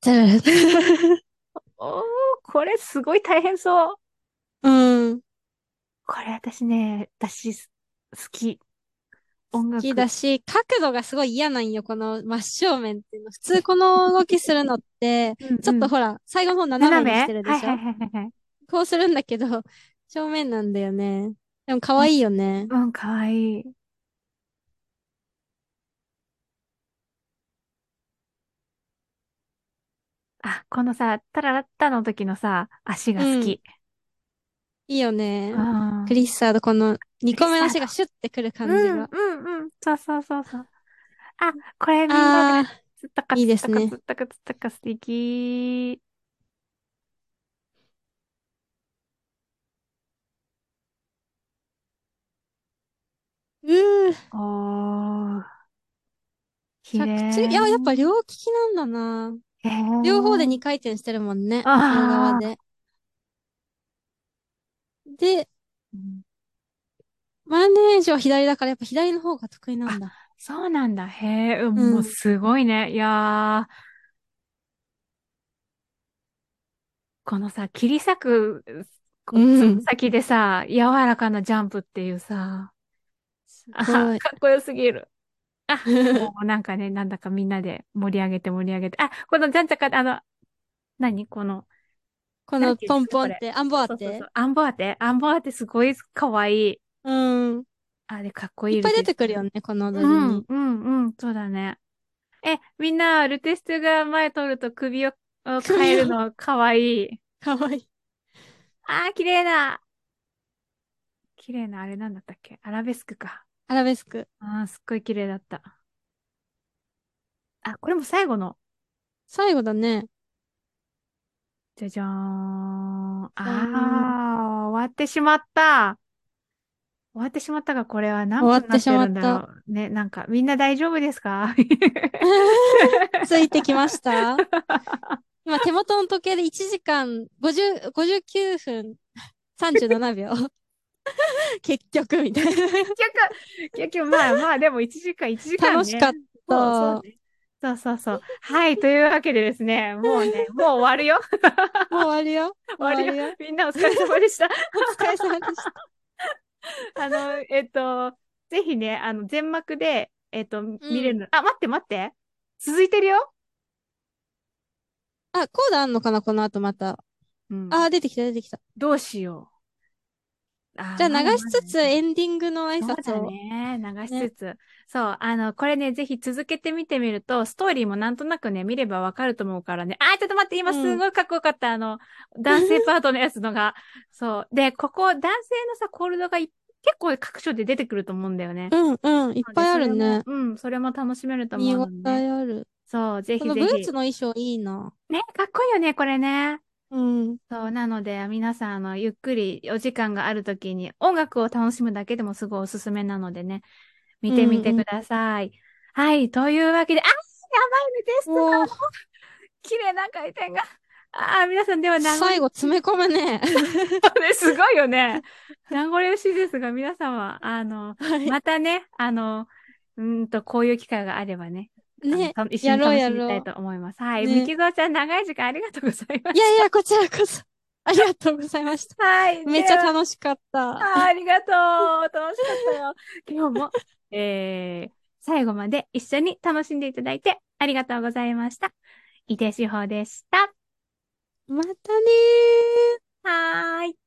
B: つる
A: おー、これすごい大変そう。
B: うん。
A: これ私ね、私す好き。音
B: 好きだ
A: 楽。
B: し、角度がすごい嫌なんよ、この真正面っていうの。普通この動きするのって、
A: うん
B: ちょっ
A: う
B: と
A: ん。
B: ほら、最後の方斜
A: 斜めは
B: めにして
A: い
B: るで
A: はい
B: し
A: はい
B: ょ
A: はいはい。
B: こうするんだけど、 正面なんだよね。でも可
A: ね
B: 愛いよね。
A: うん、かわいい。あ、このさ、タララッタの時のさ、足が好
B: うん。
A: き。
B: いいよ
A: う
B: ね。
A: ん。
B: クリッサード、この2
A: クリ
B: 個
A: ス
B: 目の
A: ター
B: 足が
A: ド。
B: シュッてくる感じ
A: うん
B: が。
A: うんうん。そうそうそうそう。あ、これみんなで、
B: あー、
A: つったか
B: い
A: つ
B: い
A: っ
B: で
A: た
B: す
A: かつ
B: ね。
A: ったかつったか素敵。
B: うー、
A: おー、綺
B: 着地、い
A: 麗。
B: や、やっぱ両利きなんだな。
A: え
B: 両方で
A: ー、
B: 2回転してるもんね。両側
A: ああ。
B: で。で、
A: うん
B: マネージは左だから、やっぱ左の方が得意なん
A: あ、
B: だ。
A: そうなんだ。へえ、うん
B: う。
A: もうんすごいね。いやー、このさ、切り裂く、
B: う
A: こう、つま
B: ん。
A: 先でさ、柔らかなジャンプっていうさ、
B: す
A: あは、
B: ごい。
A: かっこよすぎ る。あ、もうなんかね、なんだかみんなで盛り上げて盛り上げて。あ、この、なんちゃか、あの、何この、
B: こ
A: なん
B: の
A: ていうんで
B: ポ
A: すか、こ
B: ンポンっ
A: れ。
B: て、アンボアっ
A: そうそうそ
B: て。
A: う。アンボアテアンボアテすごいかわいい。
B: うん。
A: あれ、かっこ
B: い
A: い
B: っ
A: い
B: ぱ
A: ル
B: い出
A: テス
B: てくる
A: ト。
B: よね、この
A: う
B: 踊り
A: ん、
B: に。
A: うん、うん、そうだね。え、みんな、ルテストが前取ると首をを変え
B: 首
A: る
B: を、
A: のかわいい。
B: かわいい。
A: あー、綺麗な。綺麗な、あれなんだったっけアラベスクか。
B: アラベスク。
A: あー、すっごい綺麗だった。あ、これも最後の。
B: 最後 だね。
A: じゃじゃーん。あ
B: 最後、
A: あ、終わってしまった。終わってしまったが、これは何
B: 終わ
A: 分
B: っ
A: にな
B: て
A: っ
B: してま
A: る
B: っ
A: んだ
B: た。
A: ろう。ね、なんか、みんな大丈夫ですか
B: ついてき ました今、手元の時計で1時間50、59分37秒。 結局、みたいな。
A: 結局、結局、まあまあ、でも1時間、1時間
B: 楽しか
A: ね。
B: っ
A: そうそう
B: た。
A: ね。そうそうそう。はい、というわけでですね、もうね、もう終わるよ。
B: もう終わるよ。
A: 終わ
B: も
A: る
B: う終わ
A: よ。
B: るよ。
A: みんなお疲れ様でした。
B: お疲れ様でした。
A: あの、えっと、ぜひね、あの、全幕で、えっと、
B: う
A: 見れ
B: ん。
A: る。あ、待って待って。続いてるよ。
B: あ、コードあんのかなこの後また。
A: うん。
B: あ、出てきた、出てきた。
A: どうしよう。あ
B: じゃ
A: ー、
B: あ流
A: まだ
B: し
A: まだ
B: つつエンディングの挨
A: そう
B: 拶
A: だ
B: を。
A: ね。流し
B: ね。
A: つつ。そう。あの、これね、ぜひ続けて見てみると、ストーリーもなんとなくね、見ればわかると思うからね。あー、ちょっと待って、
B: う
A: 今す
B: ん。
A: ごいかっこよかった。あの、男性パートのやつの が。そう。で、ここ、男性のさ、コールドがい結構各所で出てくると思うんだよね。
B: うんうん。いっ
A: なの
B: ぱ
A: で、
B: いあ
A: そ
B: る
A: れも、
B: ね。
A: うん、それも楽しめると
B: 見
A: 思う
B: 応
A: ので
B: え
A: ね。
B: ある。
A: そう、ぜ
B: こ
A: ひ
B: のブ
A: ぜ
B: ー
A: ひ。
B: ツの衣装いいな。
A: ね、かっこいいよね、これね。
B: うん。
A: そう、なので、皆さん、あの、ゆっくりお時間があるときに、音楽を楽しむだけでもすごいおすすめなのでね。見てみてください。はい、というわけで、あやばいね、テスト
B: もう
A: が、綺麗な回転が。ああ、皆さんでは名残
B: 最後詰め込むね。
A: ね、すごいよね。名残惜しいですが、皆様、あの、
B: はい
A: またね、あの、うーんと、こういう機会があれば ね、あの
B: ね。
A: た一緒に楽し
B: や
A: み
B: ろう
A: たい
B: やろ
A: うと思います。はい。
B: ね
A: みきぞうちゃん、長い時間ありがとうございま
B: い
A: し
B: やいや、こちらこそ。ありがとうございました。
A: た。はい。
B: めっちゃ
A: では
B: 楽しかった。
A: あーありがとう。楽しかったよ。 今日も、えー、最後まで一緒に楽しんでいただいてありがとうございました。伊手志保でした。
B: またねー。
A: はーい。